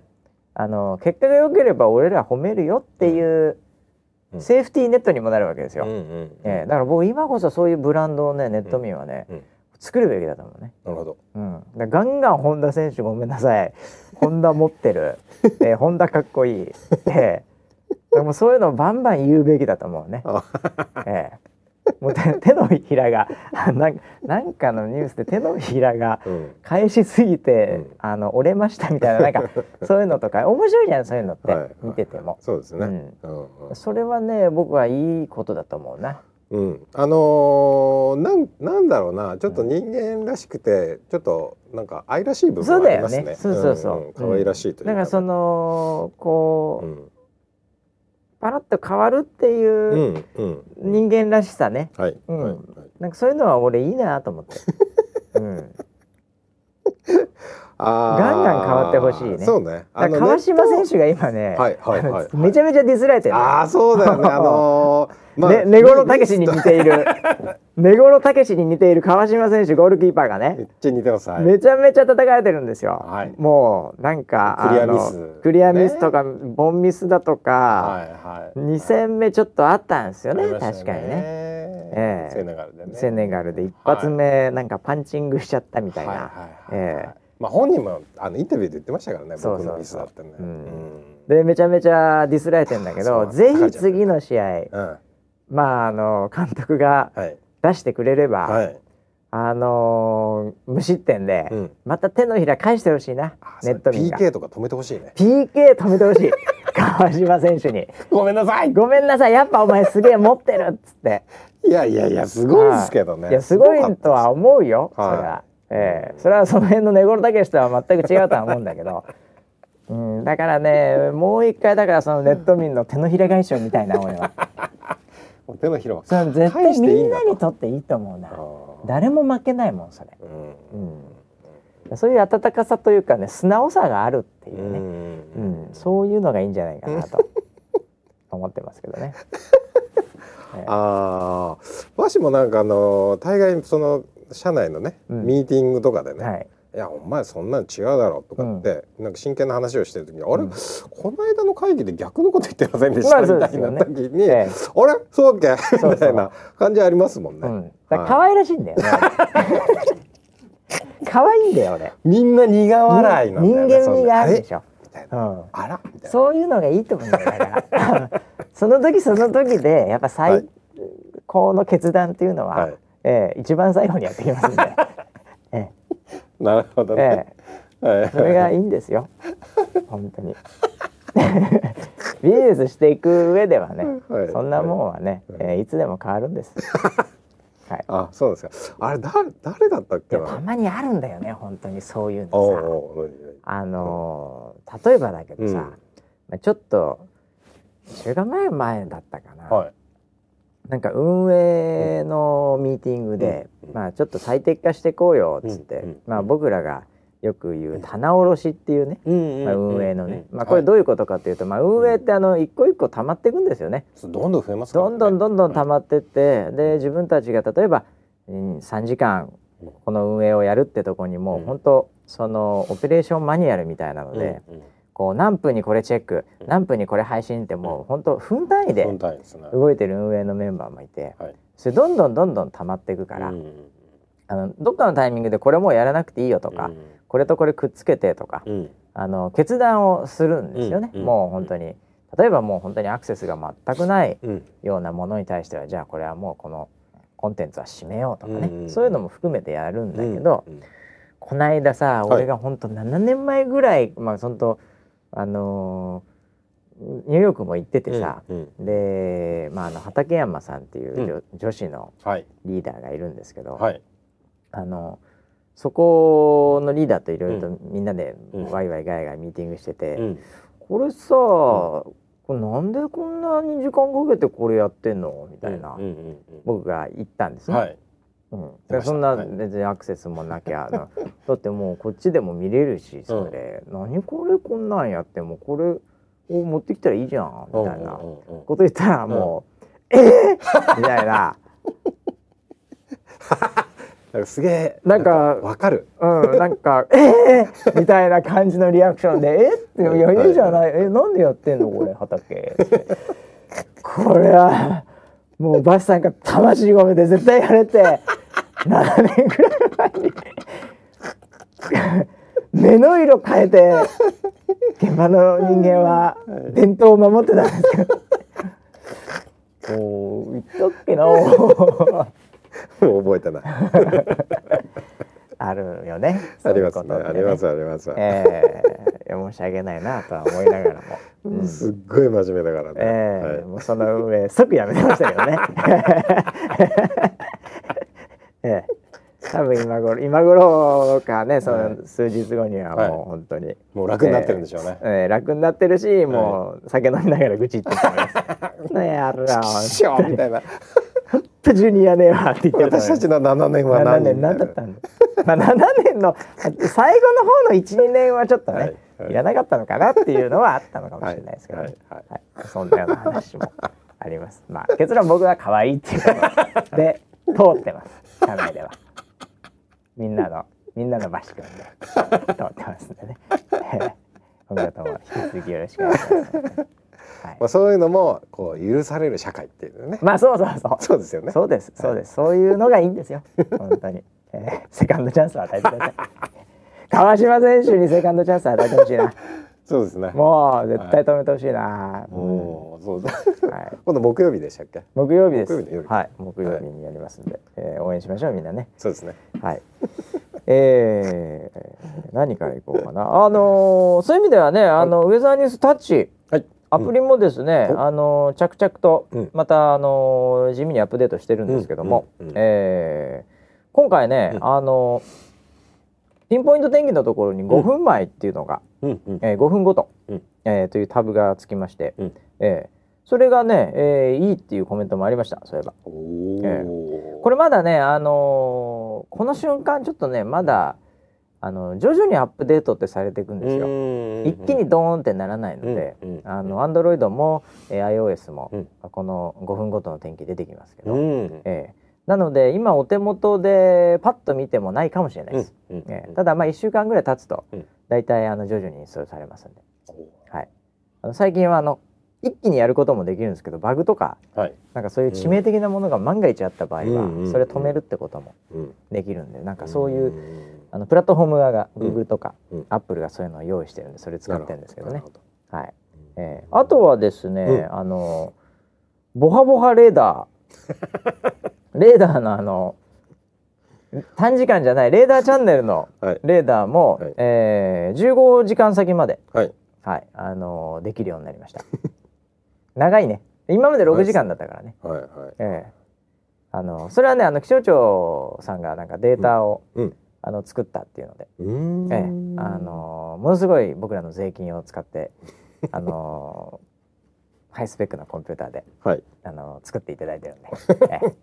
Speaker 1: あの結果が良ければ俺ら褒めるよっていう
Speaker 2: うん
Speaker 1: セーフティーネットにもなるわけです
Speaker 2: うん
Speaker 1: よ。
Speaker 2: うんうん
Speaker 1: ええだから僕今こそそういうブランドをねネット民はね、
Speaker 2: うんうん
Speaker 1: 作るべきだと思うね。
Speaker 2: なるほど。
Speaker 1: うん、だからガンガン本田選手ごめんなさい本田持ってる、えー、本田かっこいい、えー、でもそういうのをバンバン言うべきだと思うね、えー、もう手手のひらが (laughs) あなんなんかのニュースで手のひらが
Speaker 2: うん。
Speaker 1: 返しすぎて、
Speaker 2: うん
Speaker 1: あの折れましたみたいななんかそういうのと
Speaker 2: (laughs)
Speaker 1: か面白いじゃんそういうのって、
Speaker 2: はい
Speaker 1: 見てても、
Speaker 2: そうですね。
Speaker 1: うん
Speaker 2: うんうん
Speaker 1: それはね僕はいいことだと思うな、
Speaker 2: うん、あのー、なんなんだろうなちょっと人間らしくて、ちょっとなんか愛らしい部分はありますね
Speaker 1: そうだよねそうそうそうん
Speaker 2: ん可愛らしいという
Speaker 1: だからそ
Speaker 2: の、
Speaker 1: のこう、
Speaker 2: うん
Speaker 1: パラッと変わるって
Speaker 2: う
Speaker 1: いうん
Speaker 2: うん、
Speaker 1: 人間らしさね、
Speaker 2: はい、
Speaker 1: うん
Speaker 2: はいはい
Speaker 1: なんかそういうのは俺いいなと思
Speaker 2: (laughs)
Speaker 1: って。うん、
Speaker 2: あー
Speaker 1: ガンガン変わってほしいね
Speaker 2: そうね
Speaker 1: だから
Speaker 2: の
Speaker 1: 川島
Speaker 2: ネ
Speaker 1: 選
Speaker 2: ッ
Speaker 1: 手が今ね、
Speaker 2: トはいはいはい
Speaker 1: (laughs) めちゃめちゃディスられてる、
Speaker 2: ああそうだ
Speaker 1: (laughs)
Speaker 2: よねあのー、まあ
Speaker 1: ね、根室武史に似ている (laughs) 根室武史に似ている川島選手ゴールキーパーが
Speaker 2: め
Speaker 1: ね
Speaker 2: っちゃ似てますはい
Speaker 1: めちゃめちゃ叩かれてるんですよ、
Speaker 2: はい
Speaker 1: もうなんか
Speaker 2: クリア
Speaker 1: あの
Speaker 2: ミス
Speaker 1: クリアミスとか、ボンミスだと
Speaker 2: は
Speaker 1: か、
Speaker 2: いはい
Speaker 1: 2戦目ちょっとあったんですよ
Speaker 2: あ
Speaker 1: ね
Speaker 2: りました
Speaker 1: 確かにねええ
Speaker 2: ねセネガルでね
Speaker 1: セネガルで一発目なんかパンチングしちゃったみたいな、
Speaker 2: はいはいはいはい
Speaker 1: え
Speaker 2: まあ本人もあのインタビューで言ってましたからね
Speaker 1: そうそう
Speaker 2: 僕
Speaker 1: そう
Speaker 2: のミスだってね
Speaker 1: う
Speaker 2: うんん
Speaker 1: でめちゃめちゃディスられてんだけ
Speaker 2: (laughs) そう
Speaker 1: ど
Speaker 2: なんだ
Speaker 1: ぜひ次の試合
Speaker 2: うんは
Speaker 1: まああの監督が
Speaker 2: い
Speaker 1: 出してくれれば、
Speaker 2: はい
Speaker 1: あのー無失点で、
Speaker 2: うん
Speaker 1: また手のひら返してほしいな
Speaker 2: あ
Speaker 1: ネット民が
Speaker 2: それ PK とか止めてほしいね
Speaker 1: PK 止めてほ
Speaker 2: (laughs)
Speaker 1: しい川島選手に
Speaker 2: ごめんなさい
Speaker 1: ごめんなさいやっぱお前すげえ持ってるっつって
Speaker 2: いやいやいやすごいですけどね
Speaker 1: いやすごいとは
Speaker 2: す
Speaker 1: 思うよ、
Speaker 2: はい
Speaker 1: それは、ええそれはその辺の根頃武士とは全く違うとは思うんだけど (laughs) うんだからねもう一回だからそのネット民の手のひら返しをみたいな俺は
Speaker 2: ごかったです手のひらは
Speaker 1: それ絶
Speaker 2: 返
Speaker 1: 対
Speaker 2: してい
Speaker 1: み
Speaker 2: いん
Speaker 1: ん
Speaker 2: だ
Speaker 1: なにとっていいと思うな
Speaker 2: あ
Speaker 1: 誰も負けないもんそれ、
Speaker 2: ーうん
Speaker 1: うん、そういう温かさというかね素直さがあるっていうね、う
Speaker 2: うん
Speaker 1: ん、そういうのがいいんじゃないかな
Speaker 2: (laughs)
Speaker 1: と思ってますけどね。
Speaker 2: ああわしもなんかあのー大概その社内のね、
Speaker 1: うん
Speaker 2: ミーティングとかでね、、
Speaker 1: はいい、
Speaker 2: やお前そんなん違うだろとかって、なんか真剣な話をしてる時に、あれ
Speaker 1: うん
Speaker 2: この間の会議で逆のこと言ってませんでした、
Speaker 1: まあそう
Speaker 2: み
Speaker 1: で
Speaker 2: た
Speaker 1: す
Speaker 2: い
Speaker 1: よね
Speaker 2: な時に、
Speaker 1: ええ
Speaker 2: あれそうだっけ
Speaker 1: そうそう
Speaker 2: みたいな感じありますもんね、
Speaker 1: うん、だから可愛らしいんだよね。
Speaker 2: (laughs)
Speaker 1: 可愛いんだよ俺。
Speaker 2: みんな苦笑いなんだよね
Speaker 1: 人間味があるでし
Speaker 2: ょ
Speaker 1: ょ。
Speaker 2: みたいな
Speaker 1: うん。
Speaker 2: あらみたいな
Speaker 1: そういうのがいいと思うんだよだから。 (laughs) その時その時でやっぱ
Speaker 2: は
Speaker 1: 最
Speaker 2: い
Speaker 1: 高の決断っていうのは、
Speaker 2: はい
Speaker 1: ええ一番最後にやってきます
Speaker 2: (laughs)
Speaker 1: んで、え
Speaker 2: なるほ
Speaker 1: え
Speaker 2: ど
Speaker 1: え
Speaker 2: ね、はい
Speaker 1: えそれがいいんです
Speaker 2: (laughs)
Speaker 1: よ。本当に。ビジネスしていく上ではね、
Speaker 2: はい
Speaker 1: そんなもんはね、
Speaker 2: はい
Speaker 1: ええいつでも変わるんです。
Speaker 2: (laughs)
Speaker 1: はい。
Speaker 2: あそうですかあれだ誰だったっ
Speaker 1: い
Speaker 2: け
Speaker 1: や
Speaker 2: な
Speaker 1: たまにあるんだよね本当にそういう
Speaker 2: おう
Speaker 1: のさ。
Speaker 2: おう
Speaker 1: あのー例えばだけどさ、
Speaker 2: うん
Speaker 1: まあ、ちょっと週間前前だったかな、
Speaker 2: はい
Speaker 1: なんか運営のミーティングで、
Speaker 2: うん
Speaker 1: まあ、ちょっと最適化していこうよっつって、
Speaker 2: うんうん
Speaker 1: まあ、僕らがよく言う棚卸しっていうね、まあ、運営のね、まあ、これど
Speaker 2: う
Speaker 1: ういうことかっていうと、まあ、運営ってあの一個一個溜まっていくんですよね。
Speaker 2: んはいどんどん増えますから
Speaker 1: ど
Speaker 2: ね
Speaker 1: んどんどんどん溜まってってで自分たちが例えば、うん、3時間
Speaker 2: うん
Speaker 1: この運営をやるってとこにも
Speaker 2: う
Speaker 1: うん本当そのオペレーションマニュアルみたいなので、
Speaker 2: うんうん
Speaker 1: こう何分にこれチェック
Speaker 2: うん
Speaker 1: 何分にこれ配信ってもう本当分単位
Speaker 2: そ
Speaker 1: で
Speaker 2: の単位ですね
Speaker 1: 動いてる運営のメンバーもいて
Speaker 2: はい
Speaker 1: それどんどんどんどん溜まっていくから、
Speaker 2: うんうん
Speaker 1: あのどっかのタイミングでこれもうやらなくていいよとか、これとこれくっつけてとか、
Speaker 2: うんうん
Speaker 1: あの決断をするんですよね、
Speaker 2: うんうん
Speaker 1: もう本当に。例えばもう本当にアクセスが全くない
Speaker 2: うん
Speaker 1: ようなものに対してはじゃあこれはもうこのコンテンツは閉めようとかね、
Speaker 2: うんうん
Speaker 1: そういうのも含めてやるんだけど、
Speaker 2: うん
Speaker 1: こないださ
Speaker 2: はい
Speaker 1: 俺がほんと7年前ぐらい、まあそんとあのーニューヨークも行っててさ、
Speaker 2: うんうん
Speaker 1: で、まあ、あの畠山さんっていう女,、女子の
Speaker 2: はい
Speaker 1: リーダーがいるんですけど、
Speaker 2: はい
Speaker 1: あのそこのリーダーといろいろとみんなで
Speaker 2: うん
Speaker 1: ワイワイガイガイミーティングしてて、
Speaker 2: うん
Speaker 1: これさ、これなんでこんなに時間かけてこれやってんのみたいな。
Speaker 2: うんうんうん
Speaker 1: 僕が行ったんです
Speaker 2: うん
Speaker 1: ね、
Speaker 2: はい
Speaker 1: うん、
Speaker 2: 出ました
Speaker 1: そんな
Speaker 2: はい
Speaker 1: 別にアクセスもなき
Speaker 2: (laughs)
Speaker 1: ゃ、あのだってもうこっちでも見れるしそれ、何これこんなんやってもこれを持ってきたらいいじゃんみたいなこ
Speaker 2: うんうんうん
Speaker 1: と言ったらもう「えーみたいな、
Speaker 2: (laughs) なんかすげえ
Speaker 1: なんか
Speaker 2: わかる
Speaker 1: うん、なんか「えーみたいな感じのリアクションで「えっ?」って「
Speaker 2: うん
Speaker 1: いやいいじゃないえなんでやってんのこれ畑」これはもうバスさんが魂込めて絶対やれって7年くらい目の色変えて現場の人間は伝統を守ってたんですけどもう言っとくけど
Speaker 2: もう覚えてない。
Speaker 1: あるよね
Speaker 2: あります
Speaker 1: そういうこ
Speaker 2: ね。
Speaker 1: と
Speaker 2: あ
Speaker 1: って
Speaker 2: りますあります。
Speaker 1: ええいや申し訳ないなとは思いなが
Speaker 2: (laughs)
Speaker 1: らも、うん
Speaker 2: すっごい真面目だからね。
Speaker 1: ええ
Speaker 2: はい
Speaker 1: もうその上即やめてましたけどね。 (laughs) ええ多分今頃今頃かねそ
Speaker 2: は
Speaker 1: の数日後には
Speaker 2: はい
Speaker 1: もう本当に、
Speaker 2: もう楽になってるんでしょうね。
Speaker 1: ええ楽になってるし、もう酒飲みながら愚痴ってたます。
Speaker 2: (laughs)
Speaker 1: ねやら
Speaker 2: しょみたいな。
Speaker 1: とジュニアねえわって言ってると思
Speaker 2: 私
Speaker 1: いま
Speaker 2: た
Speaker 1: す
Speaker 2: ちの7年は
Speaker 1: 7
Speaker 2: 何
Speaker 1: 年
Speaker 2: みた
Speaker 1: 何
Speaker 2: い
Speaker 1: だ
Speaker 2: な
Speaker 1: ったんだ、 (laughs) まあ、7年の最後の方の12年はちょっとね、
Speaker 2: はい
Speaker 1: い
Speaker 2: はい
Speaker 1: らなかったのかなっていうのはあったのかもしれないですけど、ね
Speaker 2: は
Speaker 1: はいい
Speaker 2: はい
Speaker 1: そんなような話もありますまあ結論僕は可愛いっていうことで通ってます社内ではみんなのみんなのバシ君で通ってますんでね今後とも引き続きよろしくお願いします、はい
Speaker 2: まあ、そういうのもこう許される社会っていうね。
Speaker 1: まあそうそうそう
Speaker 2: そうですよね。
Speaker 1: そうです、そうです、そういうのがいいんですよ。本当に、えーセカンドチャンスを与えてください。川島選手にセカンドチャンスを与えてほしいな。
Speaker 2: そうですね。
Speaker 1: もう絶対止めてほしいな。
Speaker 2: もうそうだ。
Speaker 1: はい。
Speaker 2: 今度木曜日でしたっけ？
Speaker 1: 木曜日です。
Speaker 2: 木曜日の夜
Speaker 1: はい、木曜日にやりますんで、えー応援しましょうみんなね。
Speaker 2: そうですね。
Speaker 1: はい。 (laughs) えー、何からいこうかな。あのーそういう意味ではね、あの、ウェザーニュースタッチ。
Speaker 2: はい。
Speaker 1: アプリもですね、あの着々と
Speaker 2: うん
Speaker 1: また、あの地味にアップデートしてるんですけども、
Speaker 2: うんうんうん
Speaker 1: えー今回ね、
Speaker 2: うん
Speaker 1: あのピンポイント天気のところに5分前っていうのが、
Speaker 2: うんうん。
Speaker 1: えー5分ごと、
Speaker 2: うん
Speaker 1: えーというタブがつきまして、
Speaker 2: うん
Speaker 1: えーそれがね、えーいいっていうコメントもありましたそういえば。
Speaker 2: お
Speaker 1: え
Speaker 2: お。
Speaker 1: これまだね、あのーこの瞬間ちょっとねまだあの徐々にアップデートってされていくんですよ。
Speaker 2: よ
Speaker 1: 一気にドーンってならないので、あの Android も、えー iOS も、
Speaker 2: うん
Speaker 1: この5分ごとの天気出てきますけど、
Speaker 2: うん。
Speaker 1: えーなので今お手元でパッと見てもないかもしれないです、えーただまあ1週間ぐらい経つと、
Speaker 2: うん
Speaker 1: だいたいあの徐々にインストールされますんであの最近はあの一気にやることもできるんですけどバグとか
Speaker 2: はい。
Speaker 1: なんかそういう致命的なものが万が一あった場合は、
Speaker 2: うんうん
Speaker 1: それ止めるってことも
Speaker 2: うん。
Speaker 1: できるんでなんかそういう、
Speaker 2: う
Speaker 1: あのプラットフォーム側が
Speaker 2: うん
Speaker 1: Google とか、
Speaker 2: うん
Speaker 1: Apple がそういうのを用意してるんでそれ使ってるんですけどね。はい
Speaker 2: なる
Speaker 1: えー、あとはですね、
Speaker 2: うん
Speaker 1: あのボハボハレーダ
Speaker 2: (laughs)
Speaker 1: ーレーダーのあの短時間じゃないレーダーチャンネルの
Speaker 2: ほど。はい。
Speaker 1: レーダーも、
Speaker 2: はい
Speaker 1: えー、15時間先まで、
Speaker 2: はい。
Speaker 1: はいあのできるようになり
Speaker 2: (laughs)
Speaker 1: ました長いね今まで6時間だったからね、
Speaker 2: はい。はい。
Speaker 1: ええあのそれはねあの気象庁さんがなんかデータを、
Speaker 2: うん。
Speaker 1: あの作ったっていうので
Speaker 2: うん。
Speaker 1: ええ、あ。のーものすごい僕らの税金を使
Speaker 2: (laughs)
Speaker 1: って、あのーハイスペックなコンピューターで、
Speaker 2: はい。
Speaker 1: あのー作っていただいてるんで、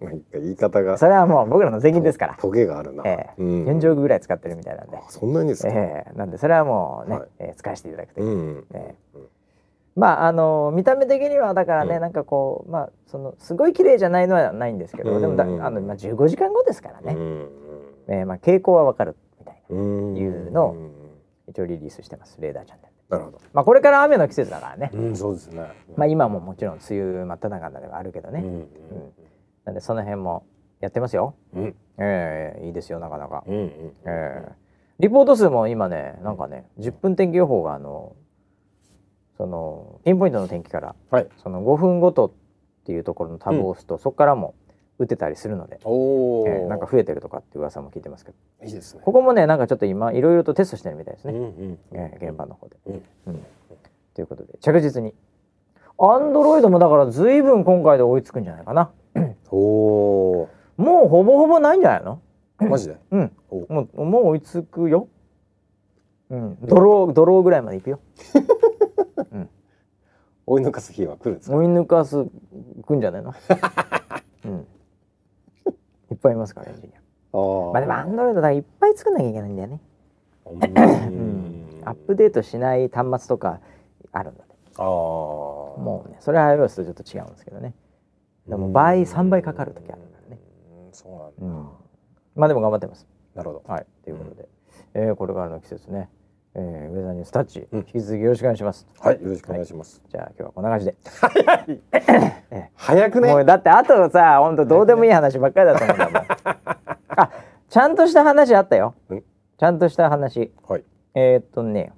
Speaker 1: え
Speaker 2: なんか言い方
Speaker 1: え
Speaker 2: (laughs) が。
Speaker 1: それはもう僕らの税金ですから、
Speaker 2: トゲがあるな。
Speaker 1: ええ
Speaker 2: うん
Speaker 1: 4兆ぐらい使ってるみたいなんで、
Speaker 2: あそんなにですか。
Speaker 1: ええなんでそれはもうね、
Speaker 2: はい
Speaker 1: ええ使わせていただくというう、
Speaker 2: ん。
Speaker 1: ええまああのー見た目的にはだからね、
Speaker 2: うん
Speaker 1: なんかこうまあそのすごい綺麗じゃないのはないんですけど、でもだ
Speaker 2: うんうんうん
Speaker 1: あの、まあ、15時間後ですから
Speaker 2: う
Speaker 1: ね、
Speaker 2: ん。
Speaker 1: ええまあ、傾向はわかるみたいな
Speaker 2: うん。
Speaker 1: いうのを。一応リリースしてますレーダーチャンネル。
Speaker 2: なるほど。
Speaker 1: まあこれから雨の季節だからね、
Speaker 2: うん、そうですね。
Speaker 1: まあ今ももちろん梅雨真っ只中ではあるけどね、
Speaker 2: うん。
Speaker 1: なんでその辺もやってますよ
Speaker 2: うん。
Speaker 1: ええいいですよなかなか、
Speaker 2: うん。うん。
Speaker 1: ええリポート数も今ねなんかね10分天気予報があのそのピンポイントの天気から
Speaker 2: はい。
Speaker 1: その5分ごとっていうところのタブを押すと、そこからも打てたりするので、
Speaker 2: おお、
Speaker 1: ええなんか増えてるとかって噂も聞いてますけど
Speaker 2: いいですね。
Speaker 1: ここもねなんかちょっと今いろいろとテストしてるみたいですね、
Speaker 2: うんうん
Speaker 1: ええ現場の方で。
Speaker 2: うん
Speaker 1: うんということで着実にアンドロイドもだから随分今回で追いつくんじゃないかな
Speaker 2: おお
Speaker 1: (coughs) もうほぼほぼないんじゃないの
Speaker 2: ー、マジで。
Speaker 1: うん
Speaker 2: お
Speaker 1: もうもう追いつくようんドロードローぐらいまでいくよ
Speaker 2: 追い抜かす日は来るんですか。
Speaker 1: 追い抜かすくんじゃ
Speaker 2: (laughs)
Speaker 1: ないのうんいっぱいいますからエンジニア
Speaker 2: あー
Speaker 1: まあでもアンドロイドだからいっぱい作んなきゃいけないんだよね
Speaker 2: う
Speaker 1: うん
Speaker 2: ん。
Speaker 1: アップデートしない端末とかあるので
Speaker 2: ああ。も
Speaker 1: もうねそれは iOS とちょっと違うんですけどねでも倍3倍かかる時あるからね。
Speaker 2: うんそうなんだ。
Speaker 1: うんまあでも頑張ってます
Speaker 2: なるほど。
Speaker 1: はい、ということで、えーこれからの季節ね、えーウェザーニュースタッチ、
Speaker 2: うん
Speaker 1: 引き続きよろしくお願いします。
Speaker 2: はい、よろしくお願いします。
Speaker 1: じゃあ今日はこんな感じで、
Speaker 2: 早くね。 (laughs)
Speaker 1: もうだってあとさ、本当どうでもいい話ばっかりだったもんだもん。あ、ちゃんとした話あったよ
Speaker 2: ん。
Speaker 1: ちゃんとした話。
Speaker 2: はい
Speaker 1: えーっとね、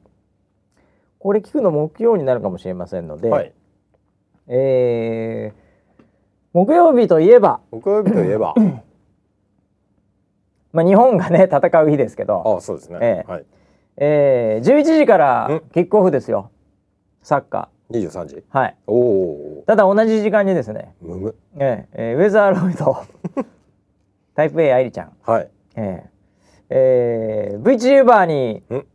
Speaker 1: これ聞くの木曜になるかもしれませんので、
Speaker 2: はい。
Speaker 1: えー木曜日といえば、
Speaker 2: 木曜日といえば、
Speaker 1: (coughs) まあ、日本がね戦う日ですけど、
Speaker 2: あ、そうですね。
Speaker 1: ええ
Speaker 2: はい。
Speaker 1: えー、11時から
Speaker 2: ん
Speaker 1: キックオフですよサッカ
Speaker 2: 二十三時。
Speaker 1: ー。はい、
Speaker 2: おお。
Speaker 1: ただ同じ時間にですね、
Speaker 2: むむ。
Speaker 1: えーえーウェザーロイ
Speaker 2: (laughs)
Speaker 1: ドタイプ A 愛理ちゃん、
Speaker 2: はい。
Speaker 1: えーえー、VTuber に
Speaker 2: ん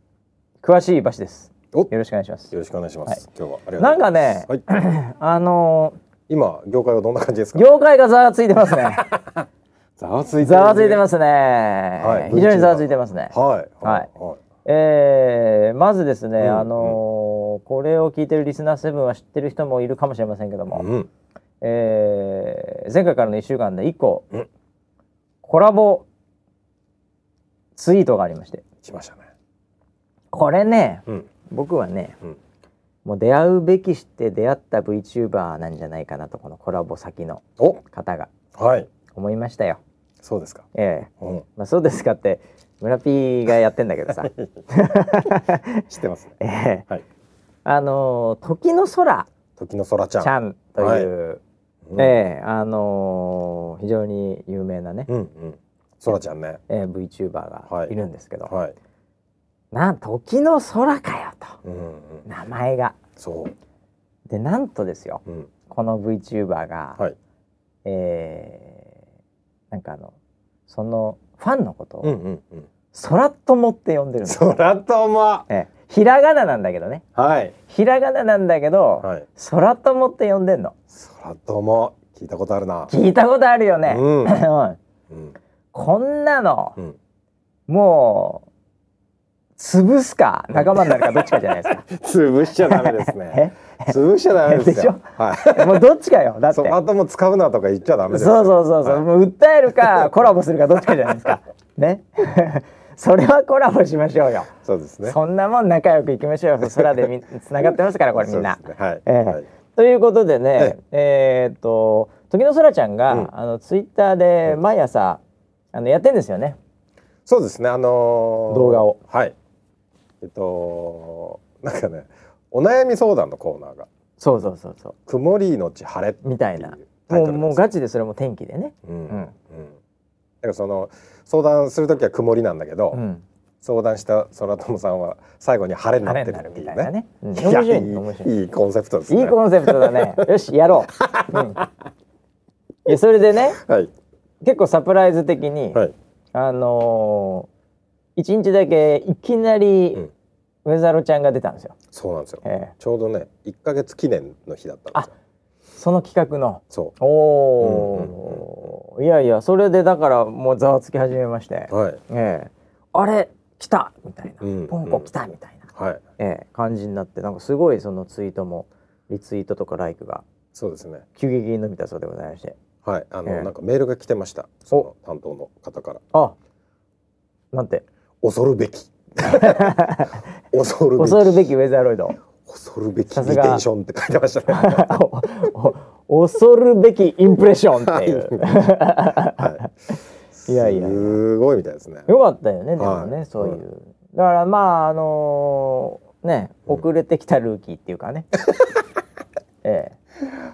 Speaker 1: 詳しい場所です。
Speaker 2: お、よ
Speaker 1: よろしくお願いします。
Speaker 2: ろしくお願いします。今日はありがとうございま
Speaker 1: な
Speaker 2: す。
Speaker 1: んかね
Speaker 2: はい。 (laughs)
Speaker 1: あの
Speaker 2: 今業界はどんな感じです
Speaker 1: ー
Speaker 2: か。
Speaker 1: 業界がざわついてます
Speaker 2: (laughs)
Speaker 1: ね。
Speaker 2: ざわついてるね
Speaker 1: ざわついてますね。
Speaker 2: い
Speaker 1: 非常にざわついてますね。
Speaker 2: はい。
Speaker 1: はい
Speaker 2: は
Speaker 1: えーまずですね、
Speaker 2: うん
Speaker 1: あのーこれを聞いてるリスナーセブンは知ってる人もいるかもしれませんけども、
Speaker 2: うん。
Speaker 1: えー前回からの1週間で1個、
Speaker 2: うん
Speaker 1: コラボツイートがありまして
Speaker 2: 来ましたね。
Speaker 1: これね
Speaker 2: うん。
Speaker 1: 僕はね、
Speaker 2: うん
Speaker 1: もう出会うべきして出会った VTuber なんじゃないかなとこのコラボ先の
Speaker 2: お、
Speaker 1: 方が
Speaker 2: はい。
Speaker 1: 思いましたよ。
Speaker 2: そうですか。
Speaker 1: ええ
Speaker 2: うん。
Speaker 1: まあ、そうですかって村 P がやってんだけ
Speaker 2: (laughs)
Speaker 1: どさ、
Speaker 2: 知ってますね。
Speaker 1: ええ
Speaker 2: はい。
Speaker 1: あのー時の空
Speaker 2: 時の空ちゃん。
Speaker 1: ちゃんという、
Speaker 2: うん
Speaker 1: ええあのー非常に有名なね、
Speaker 2: うんうん。空ちゃんね。
Speaker 1: ええ VTuber がいるんですけど、
Speaker 2: はい。
Speaker 1: なん時の空かよと
Speaker 2: うんうん。
Speaker 1: 名前が。
Speaker 2: そ
Speaker 1: でなんとですよ
Speaker 2: う。うん。
Speaker 1: この VTuber が、
Speaker 2: はい。
Speaker 1: えーなんかあのそのファンのこと
Speaker 2: う
Speaker 1: を
Speaker 2: んうんうん。
Speaker 1: 「空友」って呼んでるんです、
Speaker 2: 空友。
Speaker 1: ええひらがななんだけどね
Speaker 2: はい。
Speaker 1: ひらがななんだけど
Speaker 2: はい。
Speaker 1: 「空友」って呼んでんの
Speaker 2: 空友。聞いたことあるな。
Speaker 1: 聞いたことあるよね、
Speaker 2: うん
Speaker 1: (laughs) うん
Speaker 2: うん。
Speaker 1: こんなの
Speaker 2: うん。
Speaker 1: もう潰すか仲間になるかどっちかじゃないですか
Speaker 2: 潰しちゃダメですね。潰しちゃダメですよ。はい。
Speaker 1: もうどっちかよだって
Speaker 2: そ
Speaker 1: そうう
Speaker 2: 頭使うなとか言っちゃダメですよ。
Speaker 1: そうそうそう、もう訴えるかコラボするかどっちかじゃないですかね (laughs) それはコラボしましょうよ、
Speaker 2: そうですね。
Speaker 1: そんなもん仲良くいきましょうよ空でみ繋がってますからこれみんな、
Speaker 2: そうですねはい。
Speaker 1: ええ
Speaker 2: はい
Speaker 1: ということでねえーっと時の空ちゃんが、
Speaker 2: うん
Speaker 1: あのツイッターで毎朝、あのやってんですよね
Speaker 2: そうですね。あのー
Speaker 1: 動画を。
Speaker 2: はい。えっとなんかね、お悩み相談のコーナーが
Speaker 1: そうそうそうそう
Speaker 2: 曇りのち晴れってう
Speaker 1: みたいな
Speaker 2: タイ
Speaker 1: も
Speaker 2: ト
Speaker 1: う
Speaker 2: ル
Speaker 1: もう
Speaker 2: なんで
Speaker 1: ガチでそれも天気でね
Speaker 2: すようん
Speaker 1: う
Speaker 2: うんん。だからその相談するときは曇りなんだけど、
Speaker 1: うん
Speaker 2: 相談した空友さんは最後に晴れにな
Speaker 1: 晴
Speaker 2: っ
Speaker 1: れ
Speaker 2: て
Speaker 1: になる
Speaker 2: るってい
Speaker 1: みた
Speaker 2: う
Speaker 1: いな
Speaker 2: ね。
Speaker 1: ねうん
Speaker 2: い
Speaker 1: 面
Speaker 2: や
Speaker 1: 白い面白い
Speaker 2: いいいいコンセプトですね。
Speaker 1: いいコンセプトだ
Speaker 2: (laughs)
Speaker 1: ね。よし、やろう。うん、いやそれでね、
Speaker 2: はい
Speaker 1: 結構サプライズ的に、
Speaker 2: はい。
Speaker 1: あのー、一日だけいきなり、
Speaker 2: うん
Speaker 1: ウェザロちゃんが出たんですよ。
Speaker 2: そうなんですよ。
Speaker 1: ええ
Speaker 2: ちょうどね、一ヶ月記念の日だったんですよ。
Speaker 1: その企画の。
Speaker 2: そ
Speaker 1: おお、いやいや、それでだからもうざわつき始めまして、
Speaker 2: う。はい。
Speaker 1: ええあれ来たみたいな、
Speaker 2: うん
Speaker 1: ポンコ来たみたいな、
Speaker 2: はい。
Speaker 1: ええ感じになって、なんかすごいそのツイートもリツイートとかライクが
Speaker 2: そうですね。
Speaker 1: 急激に伸びたそうでございまして。
Speaker 2: はい。あの、
Speaker 1: ええ
Speaker 2: なんかメールが来てました。その担当の方から。
Speaker 1: あ、なんて。
Speaker 2: 恐る
Speaker 1: (laughs)
Speaker 2: べき。恐るべき。
Speaker 1: 恐るべきウェザーロイ (laughs) ド
Speaker 2: 恐るべき
Speaker 1: さ
Speaker 2: リ
Speaker 1: す
Speaker 2: テ
Speaker 1: が
Speaker 2: ンションって書いてましたね。
Speaker 1: おお恐るべきインプレッション (laughs) っていう
Speaker 2: はい。
Speaker 1: いやいやいや
Speaker 2: すごいみたいですね。
Speaker 1: よかったよねでもね、
Speaker 2: はい
Speaker 1: そういう、だからまああのーね遅れてきたルーキーっていうかね、 (laughs) え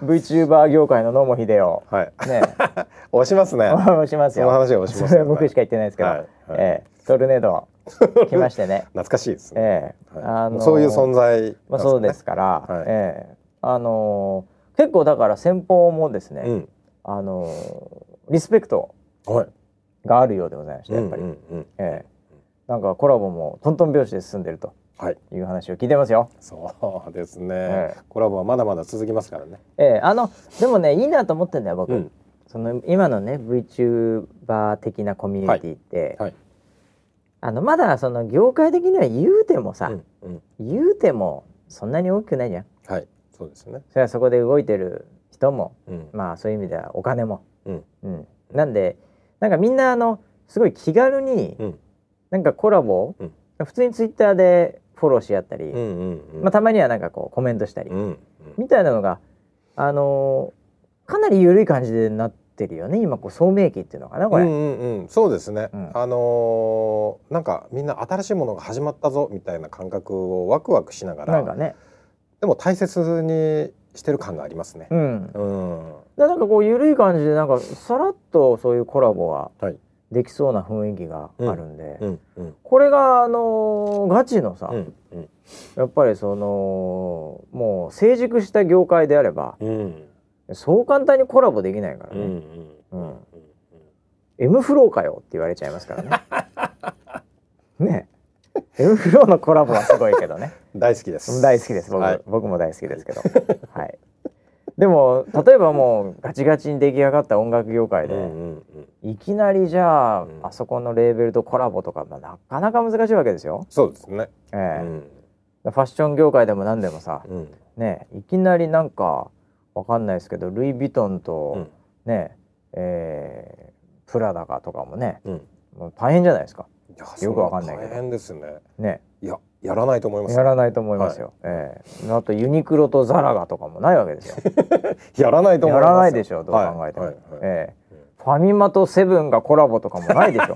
Speaker 1: え VTuber 業界の野茂英雄
Speaker 2: はい。
Speaker 1: ね
Speaker 2: (laughs) 押しま
Speaker 1: (laughs)
Speaker 2: すね。
Speaker 1: 押します
Speaker 2: そ
Speaker 1: よ
Speaker 2: の話を押します
Speaker 1: それは (laughs)
Speaker 2: よ。
Speaker 1: 僕しか言ってないですけど、
Speaker 2: はいはい
Speaker 1: ええトルネード来ましてね
Speaker 2: 懐かしいです
Speaker 1: え
Speaker 2: ね。
Speaker 1: え
Speaker 2: はい
Speaker 1: のー
Speaker 2: そういう存在なんね。
Speaker 1: まあ、そうですから、
Speaker 2: はい
Speaker 1: ええあのー結構だから先方もですね、
Speaker 2: うん。
Speaker 1: あのーリスペクト
Speaker 2: はい。
Speaker 1: があるようでございましてやっぱり、
Speaker 2: うんうんうん
Speaker 1: ええなんかコラボもトントン拍子で進んでると
Speaker 2: はい。
Speaker 1: いう話を聞いてますよ。
Speaker 2: そうです
Speaker 1: え
Speaker 2: ね
Speaker 1: え。
Speaker 2: コラボはまだまだ続きますからね。
Speaker 1: ええあのでもねいいなと思ってんだよ僕、
Speaker 2: うん
Speaker 1: その今のね VTuber 的なコミュニティって、
Speaker 2: はいはい
Speaker 1: あのまだその業界的には言うてもさ、
Speaker 2: うんうん。
Speaker 1: 言うてもそんなに大きくないじゃん。
Speaker 2: はい。そうですね。
Speaker 1: それはそこで動いてる人も
Speaker 2: うん。
Speaker 1: まあそういう意味ではお金も、
Speaker 2: うん
Speaker 1: なんでなんかみんなあのすごい気軽に、
Speaker 2: うん
Speaker 1: なんかコラボ、
Speaker 2: うん
Speaker 1: 普通にツイッターでフォローし合ったり、
Speaker 2: うんうんうん。
Speaker 1: まあ、たまにはなんかこうコメントしたり、
Speaker 2: うんうん。
Speaker 1: みたいなのがあのーかなり緩い感じでなっってるよね今こう聡明期っていうのかなこれ、
Speaker 2: うんうんうん、そうですね、
Speaker 1: うん
Speaker 2: あのーなんかみんな新しいものが始まったぞみたいな感覚をワクワクしなが
Speaker 1: な
Speaker 2: ら
Speaker 1: んかね
Speaker 2: でも大切にしてる感がありますね
Speaker 1: う。ん
Speaker 2: うん、
Speaker 1: でなんかこう緩い感じでなんかさらっとそういうコラボが
Speaker 2: はい
Speaker 1: できそうな雰囲気があるんで、
Speaker 2: うん、うん、
Speaker 1: これがあのーガチのさ、
Speaker 2: うん、うん、
Speaker 1: やっぱりそのもう成熟した業界であれば
Speaker 2: うん、
Speaker 1: そう簡単にコラボできないから
Speaker 2: うん、う
Speaker 1: ね
Speaker 2: ん、
Speaker 1: う
Speaker 2: うんん、
Speaker 1: 「M フローかよ」って言われちゃいますからね。ね M フローのコラボはすごいけどね
Speaker 2: 大好きです。
Speaker 1: 大好きです僕,、
Speaker 2: はい、
Speaker 1: 僕も大好きですけど、はい、でも例えばもうガチガチに出来上がった音楽業界
Speaker 2: う
Speaker 1: で、
Speaker 2: ん、うん、うん、
Speaker 1: いきなりじゃあ、
Speaker 2: うん
Speaker 1: あそこのレーベルとコラボとか、まあ、なかなか難しいわけですよ。
Speaker 2: そうですね。
Speaker 1: え
Speaker 2: う
Speaker 1: えフ
Speaker 2: ん、
Speaker 1: ァッション業界でも何でもさ、
Speaker 2: うん、
Speaker 1: ねいきなりなんかわかんないですけどルイ・ヴィトン
Speaker 2: う
Speaker 1: と
Speaker 2: ん、
Speaker 1: ね、えープラダかとかもね
Speaker 2: うん、
Speaker 1: もう大変じゃないですか。
Speaker 2: いや
Speaker 1: よくわかんないけど
Speaker 2: それは大変ですね。
Speaker 1: ね、
Speaker 2: いや、やらないと思います。
Speaker 1: やらないと思いますよ。ええあとユニクロとザラガとかもないわけですよ。
Speaker 2: やらないと
Speaker 1: や
Speaker 2: 思います。
Speaker 1: らないでしょうどう考えても。
Speaker 2: はいはいはい
Speaker 1: ええファミマとセブンがコラボとかもないでしょ、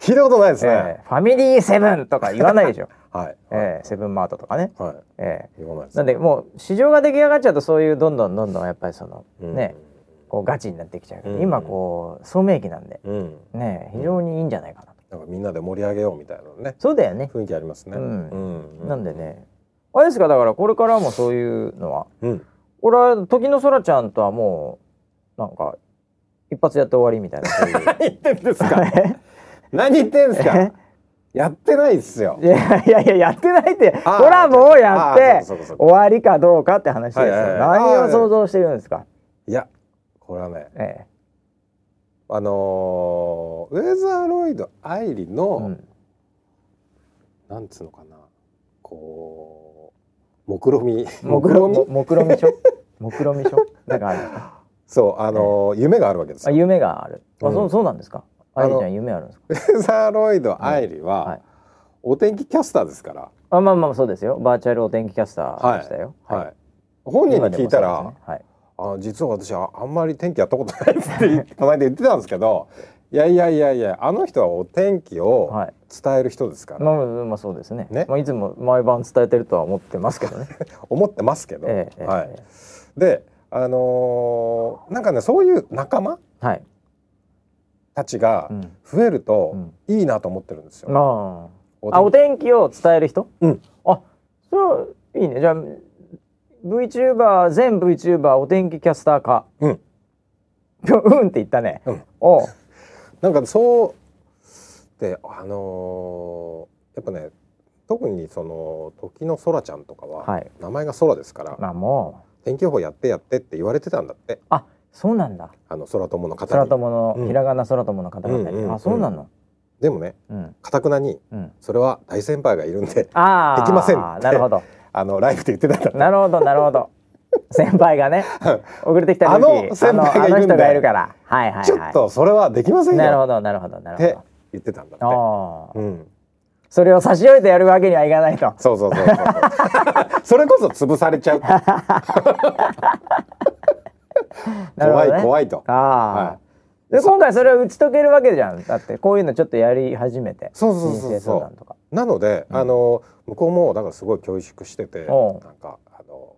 Speaker 2: 聞いたことないですね。
Speaker 1: ええファミリーセブンとか言わないでしょ、
Speaker 2: はい、
Speaker 1: ええセブンマートとかね、
Speaker 2: はい、
Speaker 1: え
Speaker 2: 言わないで
Speaker 1: え
Speaker 2: す。
Speaker 1: なんでもう市場が出来上がっちゃうとそういうどんどんどんどんやっぱりその
Speaker 2: うん
Speaker 1: ね、こうガチになってきちゃうけど、
Speaker 2: うん
Speaker 1: 今こう聡明期なんで
Speaker 2: うん、
Speaker 1: ね非常にいいんじゃないかなと、
Speaker 2: なんかみんなで盛り上げようみたいなね、
Speaker 1: そうだよね、
Speaker 2: 雰囲気ありますね。
Speaker 1: うん
Speaker 2: う
Speaker 1: なんで、ねあれですかだからこれからもそういうのは
Speaker 2: うん、
Speaker 1: 俺は時の空ちゃんとはもうなんか一発やって終わりみたいなそう (laughs) いう
Speaker 2: 何言ってんです
Speaker 1: (laughs)
Speaker 2: か。何言ってんですか。やってないですよ
Speaker 1: (laughs) い。やいやいややってないって
Speaker 2: あー
Speaker 1: コラボをやっ
Speaker 2: あー
Speaker 1: て
Speaker 2: そうかそうかそうか
Speaker 1: 終わりかどうかって話ですよ、
Speaker 2: はいはいはい
Speaker 1: 何
Speaker 2: あ
Speaker 1: を
Speaker 2: ー
Speaker 1: 想像してるんですか、
Speaker 2: いや、これはね、
Speaker 1: え
Speaker 2: あのーウェザーロイド愛理
Speaker 1: え
Speaker 2: の、
Speaker 1: うん
Speaker 2: なんつうのかな、こう目論み、
Speaker 1: (laughs) 目論み目論見 (laughs) 書目論見書だから
Speaker 2: そうあのー夢があるわけです
Speaker 1: (laughs) あ
Speaker 2: よ。
Speaker 1: 夢があるあ、
Speaker 2: うん
Speaker 1: そうそうなんですか
Speaker 2: あ
Speaker 1: あ
Speaker 2: の
Speaker 1: ゆりちゃん夢あるんですか
Speaker 2: ウェザーロイド愛理は、
Speaker 1: はい
Speaker 2: お天気キャスターですから。
Speaker 1: あまあまあそうですよバーチャルお天気キャスターでしたよ、
Speaker 2: はい。本人に聞いたら、
Speaker 1: 今でもそうですねはい
Speaker 2: あ実は私ああんまり天気やったことないって
Speaker 1: (laughs)
Speaker 2: 言ってこの間言ってたんですけどいやいやいやいやあの人はお天気を
Speaker 1: はい
Speaker 2: 伝える人ですから、
Speaker 1: まあまあまあそうですね
Speaker 2: ね
Speaker 1: まあ、いつも毎晩伝えてるとは思ってますけどね、
Speaker 2: 思ってますけど、
Speaker 1: ええええ
Speaker 2: は
Speaker 1: え
Speaker 2: い、であのーなんかねそういう仲間
Speaker 1: えはい、
Speaker 2: たちが
Speaker 1: うん
Speaker 2: 増えると
Speaker 1: うん
Speaker 2: いいなと思ってるんですよ。
Speaker 1: あ
Speaker 2: お
Speaker 1: ああお
Speaker 2: 天
Speaker 1: 天気を伝える人
Speaker 2: うん
Speaker 1: あそれはいいねじゃあ VTuber 全 VTuber お天気キャスター化
Speaker 2: うん
Speaker 1: いや (laughs) うんって言ったね、
Speaker 2: うん
Speaker 1: おう
Speaker 2: なんかそうであのーやっぱね特にその時の空ちゃんとかは、
Speaker 1: はい
Speaker 2: 名前が空ですから、
Speaker 1: まあもう
Speaker 2: 天気予報やってやってって言われてたんだって
Speaker 1: あそうなんだ
Speaker 2: あの空友の方
Speaker 1: 空
Speaker 2: に。
Speaker 1: 友の、
Speaker 2: うん
Speaker 1: ひらがな空友の方々に、
Speaker 2: うんうんうん
Speaker 1: あそうなの
Speaker 2: でもね
Speaker 1: うん
Speaker 2: かたくなに
Speaker 1: うん
Speaker 2: それは大先輩がいるんで (laughs)
Speaker 1: ああ
Speaker 2: できません
Speaker 1: なるほど
Speaker 2: あのライブで言ってたんだ
Speaker 1: なるほどなるほ
Speaker 2: (laughs)
Speaker 1: ど先輩がね遅れてきた
Speaker 2: あ
Speaker 1: 時
Speaker 2: の先輩がいるんだよ
Speaker 1: あのあの人がいるからはいはいはい
Speaker 2: ちょっとそれはできません
Speaker 1: なる
Speaker 2: よ
Speaker 1: ほどなるほどな
Speaker 2: っ
Speaker 1: る
Speaker 2: て
Speaker 1: ほ
Speaker 2: 言ってたんだっ
Speaker 1: ど
Speaker 2: て、
Speaker 1: おー
Speaker 2: うん、
Speaker 1: それを差し置いてやるわけにはいかないと
Speaker 2: そうそうそう
Speaker 1: (laughs)
Speaker 2: そうそれこそ潰されちゃう
Speaker 1: なるほ
Speaker 2: (laughs) 怖
Speaker 1: ど
Speaker 2: い
Speaker 1: ね
Speaker 2: 怖いと
Speaker 1: ああ、
Speaker 2: はい
Speaker 1: で今回それを打ち解けるわけじゃんだってこういうのちょっとやり始めて
Speaker 2: そうそうそうそう
Speaker 1: 人生相談とか
Speaker 2: なので、
Speaker 1: うん
Speaker 2: あの向こうもだからすごい恐縮してて
Speaker 1: おう
Speaker 2: なんかあの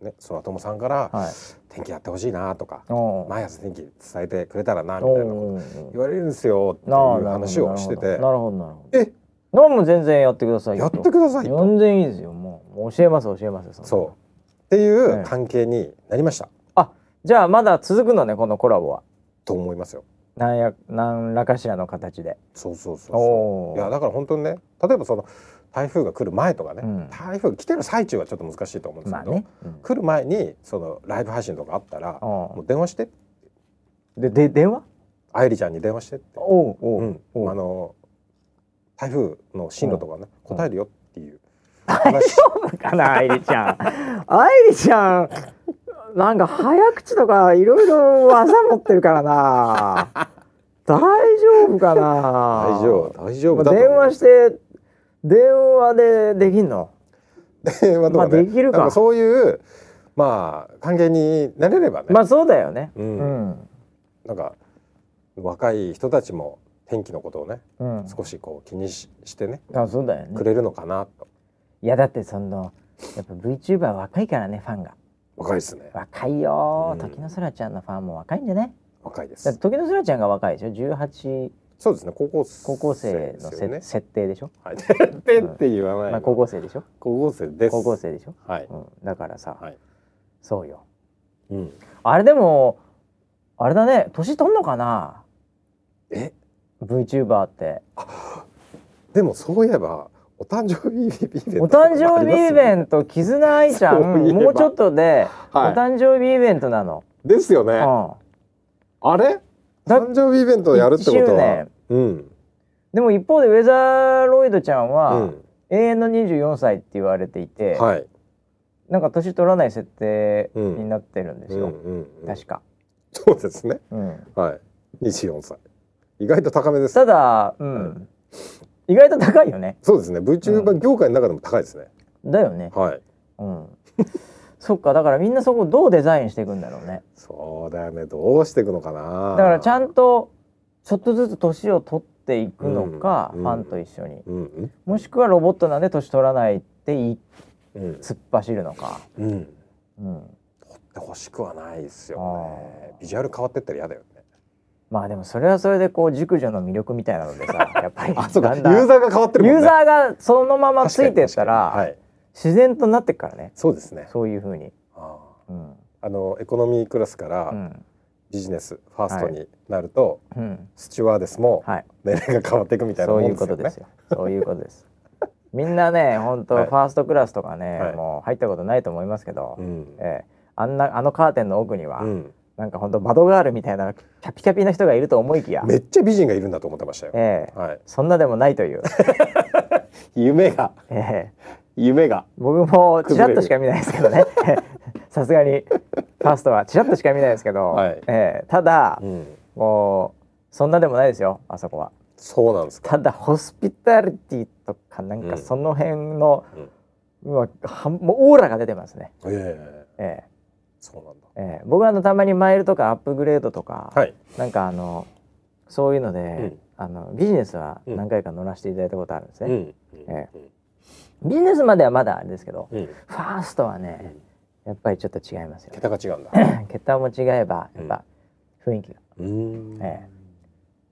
Speaker 2: ね空友さんから
Speaker 1: はい
Speaker 2: 「天気やってほしいな」とか
Speaker 1: おう
Speaker 2: 「毎朝天気伝えてくれたらな」み
Speaker 1: お
Speaker 2: た
Speaker 1: う
Speaker 2: いなこと
Speaker 1: おう
Speaker 2: 言われるんですよってい
Speaker 1: なあなるほ
Speaker 2: う
Speaker 1: ど
Speaker 2: 話をしてて
Speaker 1: なるほどなるほ
Speaker 2: 「え
Speaker 1: ど何も全然やってください
Speaker 2: や
Speaker 1: よ
Speaker 2: って
Speaker 1: と
Speaker 2: ください」と。
Speaker 1: 全然いいですよもう教えます教えますそんな
Speaker 2: そうっていう関係になりました、
Speaker 1: あじゃあまだ続くのねこのコラボは
Speaker 2: と思いますよ。
Speaker 1: なんや何らかしらの形で
Speaker 2: そうそうそうそう
Speaker 1: お
Speaker 2: いや
Speaker 1: お
Speaker 2: だから本当にね例えばその台風が来る前とかね、
Speaker 1: うん
Speaker 2: 台風来てる最中はちょっと難しいと思うんです
Speaker 1: まあ
Speaker 2: けど、
Speaker 1: ね、うん
Speaker 2: 来る前にそのライブ配信とかあったら
Speaker 1: おう
Speaker 2: もう電話して
Speaker 1: でで電話
Speaker 2: 愛理ちゃんに電話してって、
Speaker 1: おうおう、
Speaker 2: うん
Speaker 1: おう
Speaker 2: あの台風の進路とかね
Speaker 1: うん
Speaker 2: 答えるよっていう話
Speaker 1: かな愛理ちゃん愛理ちゃんなんか早口とかいろいろ技持ってるからな大丈夫かな
Speaker 2: 大丈夫大丈夫だと
Speaker 1: 電
Speaker 2: 思う (laughs)
Speaker 1: 話して電話でできんの
Speaker 2: 電話とかね、
Speaker 1: まあできるか
Speaker 2: なんそういうまあ関係になれればね、
Speaker 1: まあそうだよね
Speaker 2: う
Speaker 1: うんん、
Speaker 2: なんか若い人たちも天気のことをね
Speaker 1: うん、
Speaker 2: 少しこう気にししてね
Speaker 1: あそうだよ
Speaker 2: く
Speaker 1: ね
Speaker 2: れるのかなと
Speaker 1: いやだってそのやっぱ VTuber 若いからねファンが
Speaker 2: 若いですね
Speaker 1: 若いよー、
Speaker 2: うん
Speaker 1: 時のそらちゃんのファンも若いんじゃね
Speaker 2: 若いで
Speaker 1: だって
Speaker 2: す
Speaker 1: 時のそらちゃんが若いでしょ18
Speaker 2: そうですね高校
Speaker 1: 高校生の
Speaker 2: です
Speaker 1: せ、
Speaker 2: よね
Speaker 1: 設定でしょ、
Speaker 2: はい、てって言わない、
Speaker 1: まあ、高校生でしょ
Speaker 2: 高校生です
Speaker 1: 高校生でしょ、
Speaker 2: はい、
Speaker 1: うん、だからさ、
Speaker 2: はい
Speaker 1: そうよ
Speaker 2: うん、
Speaker 1: あれでもあれだね年取んのかな
Speaker 2: え
Speaker 1: VTuber って
Speaker 2: でもそういえばお誕生日イベント
Speaker 1: お誕生日イベ
Speaker 2: ン
Speaker 1: ント絆愛ちゃん
Speaker 2: そういえば
Speaker 1: もうちょっとで、
Speaker 2: ト、は
Speaker 1: お誕生日イベントなの、
Speaker 2: い、ですよね、
Speaker 1: う
Speaker 2: あれ
Speaker 1: だ
Speaker 2: 誕生日イベントをやるってこと
Speaker 1: 一周
Speaker 2: は
Speaker 1: 年
Speaker 2: うん
Speaker 1: ん、でも一方でウェザーロイドちゃんは、
Speaker 2: うん
Speaker 1: 永遠の24歳って言われていて、
Speaker 2: はい
Speaker 1: なんか年取らない設定
Speaker 2: うん
Speaker 1: になってるんです
Speaker 2: うん
Speaker 1: よ、
Speaker 2: うんうん
Speaker 1: 確か、
Speaker 2: そうですね
Speaker 1: うん、
Speaker 2: はい24歳意外と高めです
Speaker 1: ただ、うん意外と高いよね
Speaker 2: そうですね VTuber 業界の中でも高いですね、
Speaker 1: だよね、
Speaker 2: はい
Speaker 1: うん、そっかだからみんなそこをどうデザインしていくんだろうね
Speaker 2: そうだよねどうしていくのかな
Speaker 1: だからちゃ
Speaker 2: ん
Speaker 1: んとちょっとずつ年を取っていくのか、
Speaker 2: うん
Speaker 1: ファンと一緒に
Speaker 2: うんうん
Speaker 1: もしくはロボットなんで年取らないってい
Speaker 2: うん
Speaker 1: 突っ走るのか、
Speaker 2: うん
Speaker 1: うん、
Speaker 2: 取ってほしくはないですよね
Speaker 1: あー
Speaker 2: ビジュアル変わってったら嫌だよ
Speaker 1: (laughs)
Speaker 2: ね
Speaker 1: まあでもそれはそれでこう熟女の魅力みたいなので
Speaker 2: (laughs)
Speaker 1: さやっぱり
Speaker 2: あそう
Speaker 1: だ
Speaker 2: かユ
Speaker 1: んだん
Speaker 2: ーザーが変わってるもんね
Speaker 1: ユーザーがそのままついてったら、
Speaker 2: 確かに確かにはい
Speaker 1: 自然となってっからね
Speaker 2: そうですね
Speaker 1: そういうふうに、
Speaker 2: あ
Speaker 1: うん
Speaker 2: ーあのエコノミークラスか
Speaker 1: う
Speaker 2: ら
Speaker 1: ん
Speaker 2: ビジネスファーストになると、
Speaker 1: うん、
Speaker 2: スチュワーデスも
Speaker 1: はい
Speaker 2: 年齢が変わっていくみたいな
Speaker 1: そ
Speaker 2: も
Speaker 1: うんい
Speaker 2: で
Speaker 1: う
Speaker 2: す
Speaker 1: こと
Speaker 2: よ
Speaker 1: で
Speaker 2: ね
Speaker 1: すよそういうことですみんなね本当、
Speaker 2: (laughs) はい
Speaker 1: ファーストクラスとかね、
Speaker 2: はい
Speaker 1: もう入ったことないと思いますけど、
Speaker 2: うん
Speaker 1: ええあんなあのカーテンの奥には、
Speaker 2: うん
Speaker 1: なんか本当バドガールみたいなキャピキャピな人がいると思いきや、
Speaker 2: めっちゃ美人がいるんだと思ってましたよ、
Speaker 1: ええ
Speaker 2: はい
Speaker 1: そんなでもないという、
Speaker 2: 夢が
Speaker 1: ええ
Speaker 2: 夢が
Speaker 1: 僕もチラッとしか見ないですけどね (laughs) さすがにファーストはチラッとしか見ないですけど、
Speaker 2: はい
Speaker 1: ええただ、
Speaker 2: うん
Speaker 1: もうそんなでもないですよあそこは
Speaker 2: そうなんですか
Speaker 1: ただホスピタリティとかなん
Speaker 2: う
Speaker 1: か
Speaker 2: ん
Speaker 1: その辺の、うわはもうオーラが出てますね、
Speaker 2: ええ
Speaker 1: ええ
Speaker 2: そうなんだ
Speaker 1: ええ僕はあのたまにマイルとかアップグレードとか、
Speaker 2: はい
Speaker 1: なんかあのそういうので、
Speaker 2: ん
Speaker 1: あのビジネスは
Speaker 2: うん
Speaker 1: 何回か乗らせていただいたことあるんです
Speaker 2: う
Speaker 1: ね、
Speaker 2: ん
Speaker 1: えビジネスまではまだあれですけど、
Speaker 2: うんうん
Speaker 1: ファーストはね、やっぱりちょっと違いますよね (laughs)
Speaker 2: 桁が違うんだ
Speaker 1: 桁も違えばやっぱ雰囲気が
Speaker 2: うーん
Speaker 1: え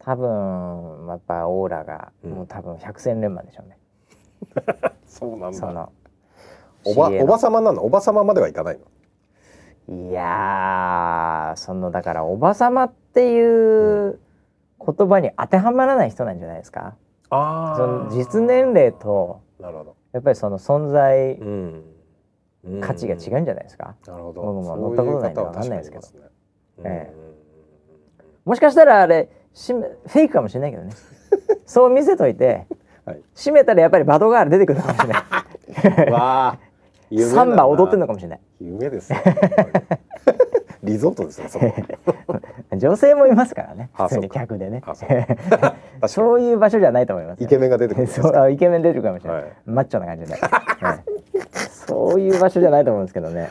Speaker 1: 多分やっぱオーラが
Speaker 2: うん
Speaker 1: もう多分百戦錬磨でしょうね、
Speaker 2: そうなん
Speaker 1: そ
Speaker 2: だ
Speaker 1: の
Speaker 2: おば
Speaker 1: CA の
Speaker 2: おば様なのおば様まではいかないの
Speaker 1: いやーそのだからおばさまっていう言葉に当てはまらない人なんじゃないですか
Speaker 2: あ
Speaker 1: その実年齢と
Speaker 2: なるほど
Speaker 1: やっぱりその存在
Speaker 2: うんうん
Speaker 1: 価値が違うんじゃないですか、
Speaker 2: なるほど
Speaker 1: 僕も
Speaker 2: そう
Speaker 1: 乗
Speaker 2: い
Speaker 1: ったことないん
Speaker 2: う
Speaker 1: で
Speaker 2: 方は
Speaker 1: わかんないですけど
Speaker 2: 確かにいますね
Speaker 1: え
Speaker 2: うん
Speaker 1: もしかしたらあれしめフェイクかもしれないけどねそう見せといて、
Speaker 2: はい
Speaker 1: 閉めたらやっぱりバドガール出てくるかもしれない
Speaker 2: わ
Speaker 1: (laughs)
Speaker 2: あ、 (laughs) 夢だ
Speaker 1: サ
Speaker 2: な
Speaker 1: ンバ踊ってんのかもしれない
Speaker 2: 夢ですよ。
Speaker 1: (laughs)
Speaker 2: リゾートですね、そこ。
Speaker 1: 女性もいますからね
Speaker 2: あ
Speaker 1: 普通
Speaker 2: そ
Speaker 1: に
Speaker 2: うか
Speaker 1: 客でね
Speaker 2: あそう確
Speaker 1: (laughs)
Speaker 2: か
Speaker 1: そういう場所じゃないと思います
Speaker 2: に。
Speaker 1: よ
Speaker 2: イケメンが出てくるんで
Speaker 1: (laughs)
Speaker 2: す
Speaker 1: そ
Speaker 2: か。
Speaker 1: うあイケメン出てくるかもしれない、
Speaker 2: はい
Speaker 1: マッチョな感じで、はいそういう場所じゃないと思うんですけどね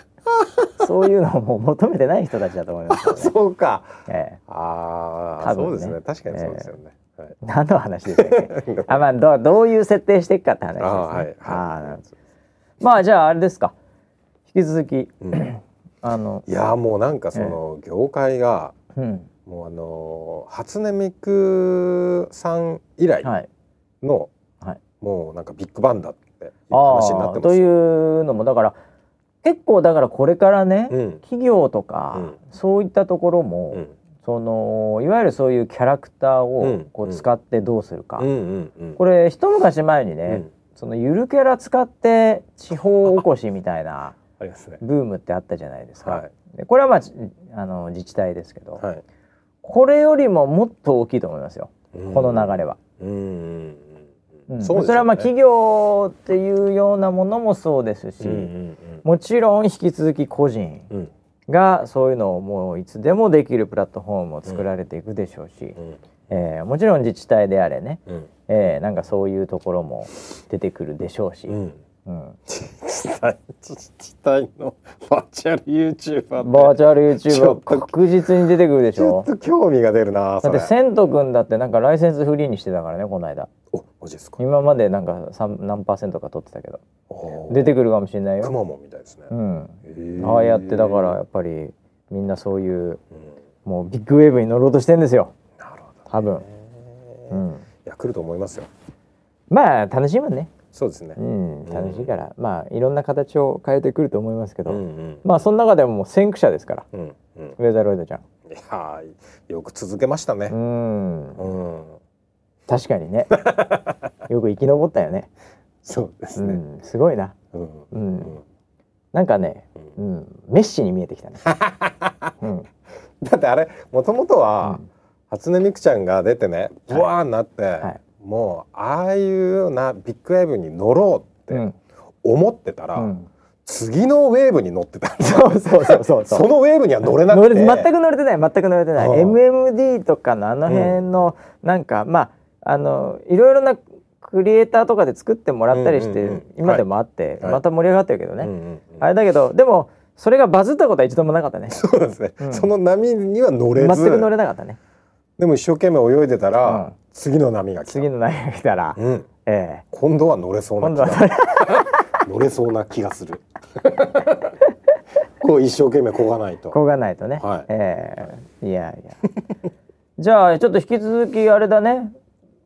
Speaker 1: そういうのをもう求めてない人たちだと思います
Speaker 2: (laughs)
Speaker 1: よね、
Speaker 2: そうか。
Speaker 1: え
Speaker 2: ああ、
Speaker 1: 多分ね
Speaker 2: そうですね。確かにそうですよね。はい。
Speaker 1: え何の話でしたっ
Speaker 2: (laughs)
Speaker 1: けあまあどうどういう設定していくかって話です、
Speaker 2: あ
Speaker 1: ね、
Speaker 2: あ、はい。はい
Speaker 1: ああなるほどまあじゃああれですか引き続き
Speaker 2: うん
Speaker 1: あの
Speaker 2: いやー、もうなんかその業界が。
Speaker 1: うん
Speaker 2: もうあのー初音ミクさん以来
Speaker 1: はい
Speaker 2: の、
Speaker 1: はい
Speaker 2: もうなんかビッグバンだっていう
Speaker 1: あ
Speaker 2: 話になって
Speaker 1: あ
Speaker 2: ま
Speaker 1: と
Speaker 2: す
Speaker 1: い
Speaker 2: よ。
Speaker 1: うのもだから結構だからこれからね、
Speaker 2: うん
Speaker 1: 企業とか、
Speaker 2: うん
Speaker 1: そういったところも、
Speaker 2: うん
Speaker 1: そのいわゆるそういうキャラクター
Speaker 2: う
Speaker 1: を
Speaker 2: ん
Speaker 1: こ
Speaker 2: う
Speaker 1: うん使ってどうするか、
Speaker 2: うんうんうん。
Speaker 1: これ一昔前にね、
Speaker 2: うん
Speaker 1: そのゆるキャラ使って地方おこしみたいな
Speaker 2: ありますね。
Speaker 1: ブームってあったじゃないですか、
Speaker 2: は
Speaker 1: でこれはまあじあの自治体ですけど、
Speaker 2: い。はい。
Speaker 1: これよりももっと大きいと思いますよこの流れは。
Speaker 2: うんうん
Speaker 1: う
Speaker 2: うんん。
Speaker 1: そ
Speaker 2: ですよね
Speaker 1: れはまあ企業っていうようなものもそうですし、
Speaker 2: うんうんうん
Speaker 1: もちろん引き続き個人
Speaker 2: うん
Speaker 1: がそういうのをもういつでもできるプラットフォームを作られていくでしょうし、
Speaker 2: うん
Speaker 1: えーもちろん自治体であれね、
Speaker 2: うん
Speaker 1: えーなんかそういうところも出てくるでしょうし、
Speaker 2: うん
Speaker 1: うん、
Speaker 2: 自治体自治体のバーチャル YouTuber って
Speaker 1: バーチャル YouTuber
Speaker 2: ちょっと
Speaker 1: 確実に出てくるでし
Speaker 2: ちょ
Speaker 1: ょ
Speaker 2: っと興味が出るな
Speaker 1: だ
Speaker 2: そ
Speaker 1: って
Speaker 2: れ
Speaker 1: セント君だってなんかライセンスフリーにしてたからねこの間
Speaker 2: おマジですか
Speaker 1: 今までなんか3何パーセントか取ってたけど
Speaker 2: おー
Speaker 1: 出てくるかもしれない
Speaker 2: く
Speaker 1: よ、
Speaker 2: まモンみたいですね
Speaker 1: う、ん、
Speaker 2: へー
Speaker 1: ああやってだからやっぱりみんなそういう
Speaker 2: うん
Speaker 1: もうビッグウェーブに乗ろうとしてんですよ
Speaker 2: なるほどね
Speaker 1: 多分、
Speaker 2: へ
Speaker 1: う
Speaker 2: ーい
Speaker 1: ん、
Speaker 2: や来ると思いますよ
Speaker 1: まあ楽しいもんね、
Speaker 2: そうですね
Speaker 1: うん、
Speaker 2: うん
Speaker 1: 楽しいから、まあいろんな形を変えてくると思いますけど、
Speaker 2: うんうん
Speaker 1: まあその中でももう先駆者ですから
Speaker 2: うんうん
Speaker 1: ウェザーロイドちゃん
Speaker 2: いやーよく続けましたね
Speaker 1: うん
Speaker 2: うん
Speaker 1: 確かにねよく生き残ったよね
Speaker 2: そうです
Speaker 1: う
Speaker 2: ね
Speaker 1: ん、すごいな、
Speaker 2: うん
Speaker 1: う
Speaker 2: うんん
Speaker 1: なんかね、
Speaker 2: うん
Speaker 1: うん、メッシに見えてきた
Speaker 2: (laughs)
Speaker 1: ね、うん
Speaker 2: だってあれもともとは
Speaker 1: うん
Speaker 2: 初音ミクちゃんが出てねブワーになって、
Speaker 1: い
Speaker 2: もうああいうようなビッグウェーブに乗ろう
Speaker 1: う
Speaker 2: って
Speaker 1: ん
Speaker 2: 思ってたら、
Speaker 1: うん、
Speaker 2: 次のウェーブに乗ってたんですよ
Speaker 1: そうそうそうそう
Speaker 2: そのウェーブには乗れな
Speaker 1: 乗
Speaker 2: く
Speaker 1: れ
Speaker 2: て
Speaker 1: 全く乗れてない全く乗れてない、
Speaker 2: うん
Speaker 1: MMD とかのあの辺の、なんかまああのいろいろなクリエイターとかで作ってもらったりして、
Speaker 2: うんうんうん
Speaker 1: 今でもあって、
Speaker 2: はい
Speaker 1: また盛り上がってるけどね、
Speaker 2: うんうんうん
Speaker 1: あれだけどでもそれがバズったことは一度もなかったね
Speaker 2: そうですね、
Speaker 1: うん
Speaker 2: その波には乗れ
Speaker 1: 全
Speaker 2: ず
Speaker 1: く乗れなかったね
Speaker 2: でも一生懸命泳いでたら、
Speaker 1: うん
Speaker 2: 次の波が来た
Speaker 1: 次の内容が来たら、
Speaker 2: うん、
Speaker 1: ええ
Speaker 2: 今度は乗れそうな
Speaker 1: 今
Speaker 2: 気
Speaker 1: 度
Speaker 2: が
Speaker 1: は乗れ
Speaker 2: 乗れそうな気がする (laughs) こう一生懸命こがないと
Speaker 1: こがないとね、
Speaker 2: はい
Speaker 1: ええいやいや (laughs) じゃあちょっと引き続きあれだね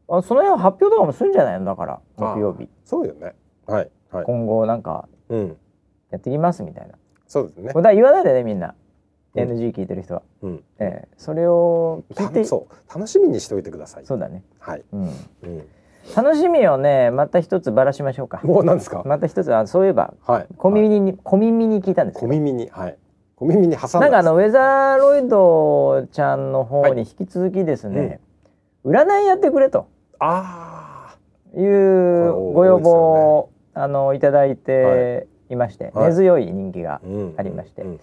Speaker 1: あその辺は発表とかもするんじゃないのだから
Speaker 2: ああ
Speaker 1: 木曜日
Speaker 2: そうよねはいはい
Speaker 1: 今後なんか
Speaker 2: うん
Speaker 1: やっていきますみたいな
Speaker 2: そうですね
Speaker 1: これだ言わないでねみんな
Speaker 2: うん
Speaker 1: NG 聞いてる人は、
Speaker 2: うん
Speaker 1: ええそれを聞いて
Speaker 2: たそう楽しみにしておいてください
Speaker 1: そうだね、
Speaker 2: はい、
Speaker 1: うん、
Speaker 2: うん、
Speaker 1: 楽しみをねまた一つばらしましょうか
Speaker 2: もうなんですか、
Speaker 1: また一つあそういえば
Speaker 2: はい
Speaker 1: 小
Speaker 2: はい
Speaker 1: 耳に、小耳に聞いたんです
Speaker 2: 小
Speaker 1: よ
Speaker 2: 耳にはい小耳に挟ん
Speaker 1: な
Speaker 2: だ
Speaker 1: んかあのウェザーロイドちゃんの方に引き続きですね、占いやってくれと
Speaker 2: あ
Speaker 1: いう
Speaker 2: お
Speaker 1: ご要望を、
Speaker 2: 多
Speaker 1: あのいただいていまして、
Speaker 2: はい
Speaker 1: 根強い人気が
Speaker 2: ー、うん
Speaker 1: ありまして
Speaker 2: うん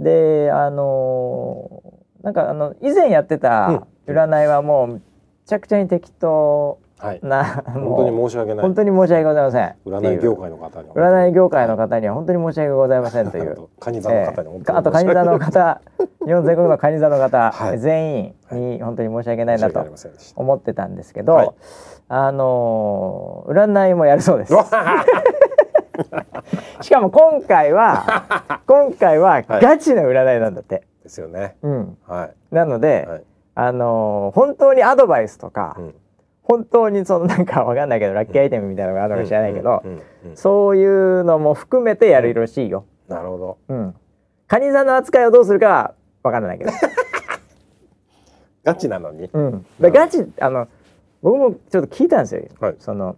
Speaker 1: であのーなんかあの以前やってた
Speaker 2: うん
Speaker 1: 占いはもうめちゃくちゃに適当
Speaker 2: はい
Speaker 1: な、
Speaker 2: 本当
Speaker 1: もう
Speaker 2: に申し訳ない
Speaker 1: 本当に申し訳ございませんっていう
Speaker 2: 占い業界の方に
Speaker 1: 占い業界の方には本当に申し訳ございませんとい
Speaker 2: あ (laughs)
Speaker 1: う。
Speaker 2: とカニ座の
Speaker 1: え
Speaker 2: 方に本
Speaker 1: え、
Speaker 2: 当
Speaker 1: あ
Speaker 2: (laughs)
Speaker 1: とカニ座の方日本全国のカニ座の方、
Speaker 2: はい
Speaker 1: 全員に本当に申し訳ない
Speaker 2: 申し
Speaker 1: な
Speaker 2: 訳あり
Speaker 1: と
Speaker 2: ませんでした
Speaker 1: 思ってたんですけど、
Speaker 2: はい
Speaker 1: あのー占いもやるそうです
Speaker 2: う。わ
Speaker 1: しかも今回
Speaker 2: (laughs)
Speaker 1: は今回はガチの占いなんだって、
Speaker 2: ですよね
Speaker 1: うん、
Speaker 2: は
Speaker 1: なので、
Speaker 2: いはい
Speaker 1: あのー本当にアドバイスとか、
Speaker 2: うん
Speaker 1: 本当にそのなんかわかんないけどラッキーアイテムみたいなのがあるのか知らないけど、
Speaker 2: うんうんうん
Speaker 1: そういうのも含めてやるらしいよ。
Speaker 2: なるほど
Speaker 1: うん、カニ座の扱いをどうするかはわからないけど、
Speaker 2: ガチなのに
Speaker 1: うん、だからガチあの僕もちょっと聞いたんですよ、
Speaker 2: はい
Speaker 1: その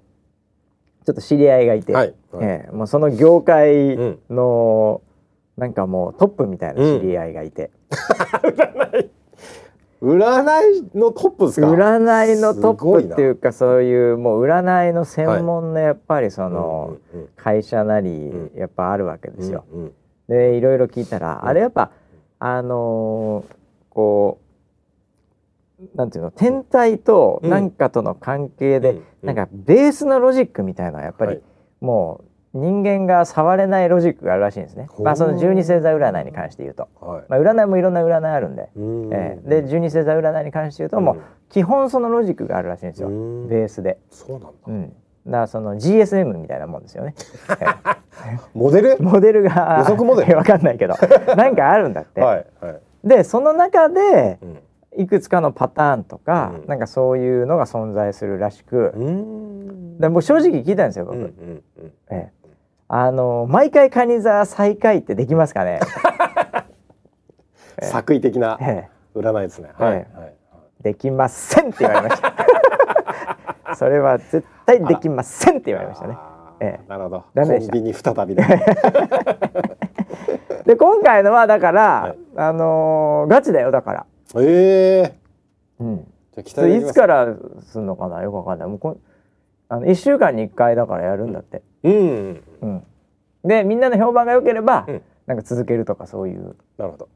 Speaker 1: ちょっと知り合いがいて、
Speaker 2: はいはい
Speaker 1: ええもうその業界
Speaker 2: うん
Speaker 1: の、なんかもうトップみたいな知り合いがいて、
Speaker 2: 占いのトップですか
Speaker 1: 占いのト
Speaker 2: すご
Speaker 1: ップっていううかそういうもう占いの専門のやっぱりそ
Speaker 2: あ
Speaker 1: の、会社なり
Speaker 2: うん
Speaker 1: やっぱあるわけですよ。
Speaker 2: うん
Speaker 1: でいろいろ聞いたら、
Speaker 2: うん
Speaker 1: あれやっぱあのーこうなんていうの天体と
Speaker 2: うん
Speaker 1: 何かとの関係で、
Speaker 2: うんうん
Speaker 1: なんかベースのロジックみたいなのはやっぱり、
Speaker 2: はい
Speaker 1: もう人間が触れないロジックがあるらしいんですね。
Speaker 2: ほう
Speaker 1: まあその十二星座占いに関して言うと、
Speaker 2: はい
Speaker 1: まあ、占いもいろんな占いあるんで、
Speaker 2: うん
Speaker 1: えーで十二星座占いに関して言うともう基本そのロジックがあるらしいんですよ、
Speaker 2: うん
Speaker 1: ベースで。
Speaker 2: そうなんだ
Speaker 1: うん、だからその GSM みたいなもんですよね。 (laughs) えー
Speaker 2: モデル
Speaker 1: モデルが
Speaker 2: 予測モデ
Speaker 1: (laughs)
Speaker 2: ル
Speaker 1: わかんない
Speaker 2: (laughs)
Speaker 1: けどなんかあるんだって、
Speaker 2: はいはい
Speaker 1: でその中で
Speaker 2: うん
Speaker 1: いくつかのパターンとか、
Speaker 2: うん
Speaker 1: なんかそういうのが存在するらしく、
Speaker 2: うん
Speaker 1: でもう正直聞いたんですよ僕、
Speaker 2: うんうんうん
Speaker 1: ええあの毎回カニ座最下位ってできますか
Speaker 2: (laughs)
Speaker 1: ね、ええ
Speaker 2: 作為的な
Speaker 1: え
Speaker 2: 占いですねはい
Speaker 1: え
Speaker 2: はい
Speaker 1: えできませんって言われました (laughs) それは絶対できませんって言われましたね
Speaker 2: あ
Speaker 1: え
Speaker 2: ーなるほど
Speaker 1: ダメで
Speaker 2: コ
Speaker 1: し
Speaker 2: ン
Speaker 1: た
Speaker 2: ビニ再びで
Speaker 1: (laughs) で今回のはだから、
Speaker 2: はい
Speaker 1: あのーガチだよだから、
Speaker 2: ええ
Speaker 1: うん、
Speaker 2: じゃあ期
Speaker 1: それ
Speaker 2: 待
Speaker 1: い
Speaker 2: できま
Speaker 1: つ
Speaker 2: す
Speaker 1: からすんのかなよくわかんないもうこんあの1週間に1回だからやるんだって、
Speaker 2: うん
Speaker 1: うんでみんなの評判が良ければ、
Speaker 2: うん
Speaker 1: なんか続けるとかそういう
Speaker 2: なるほど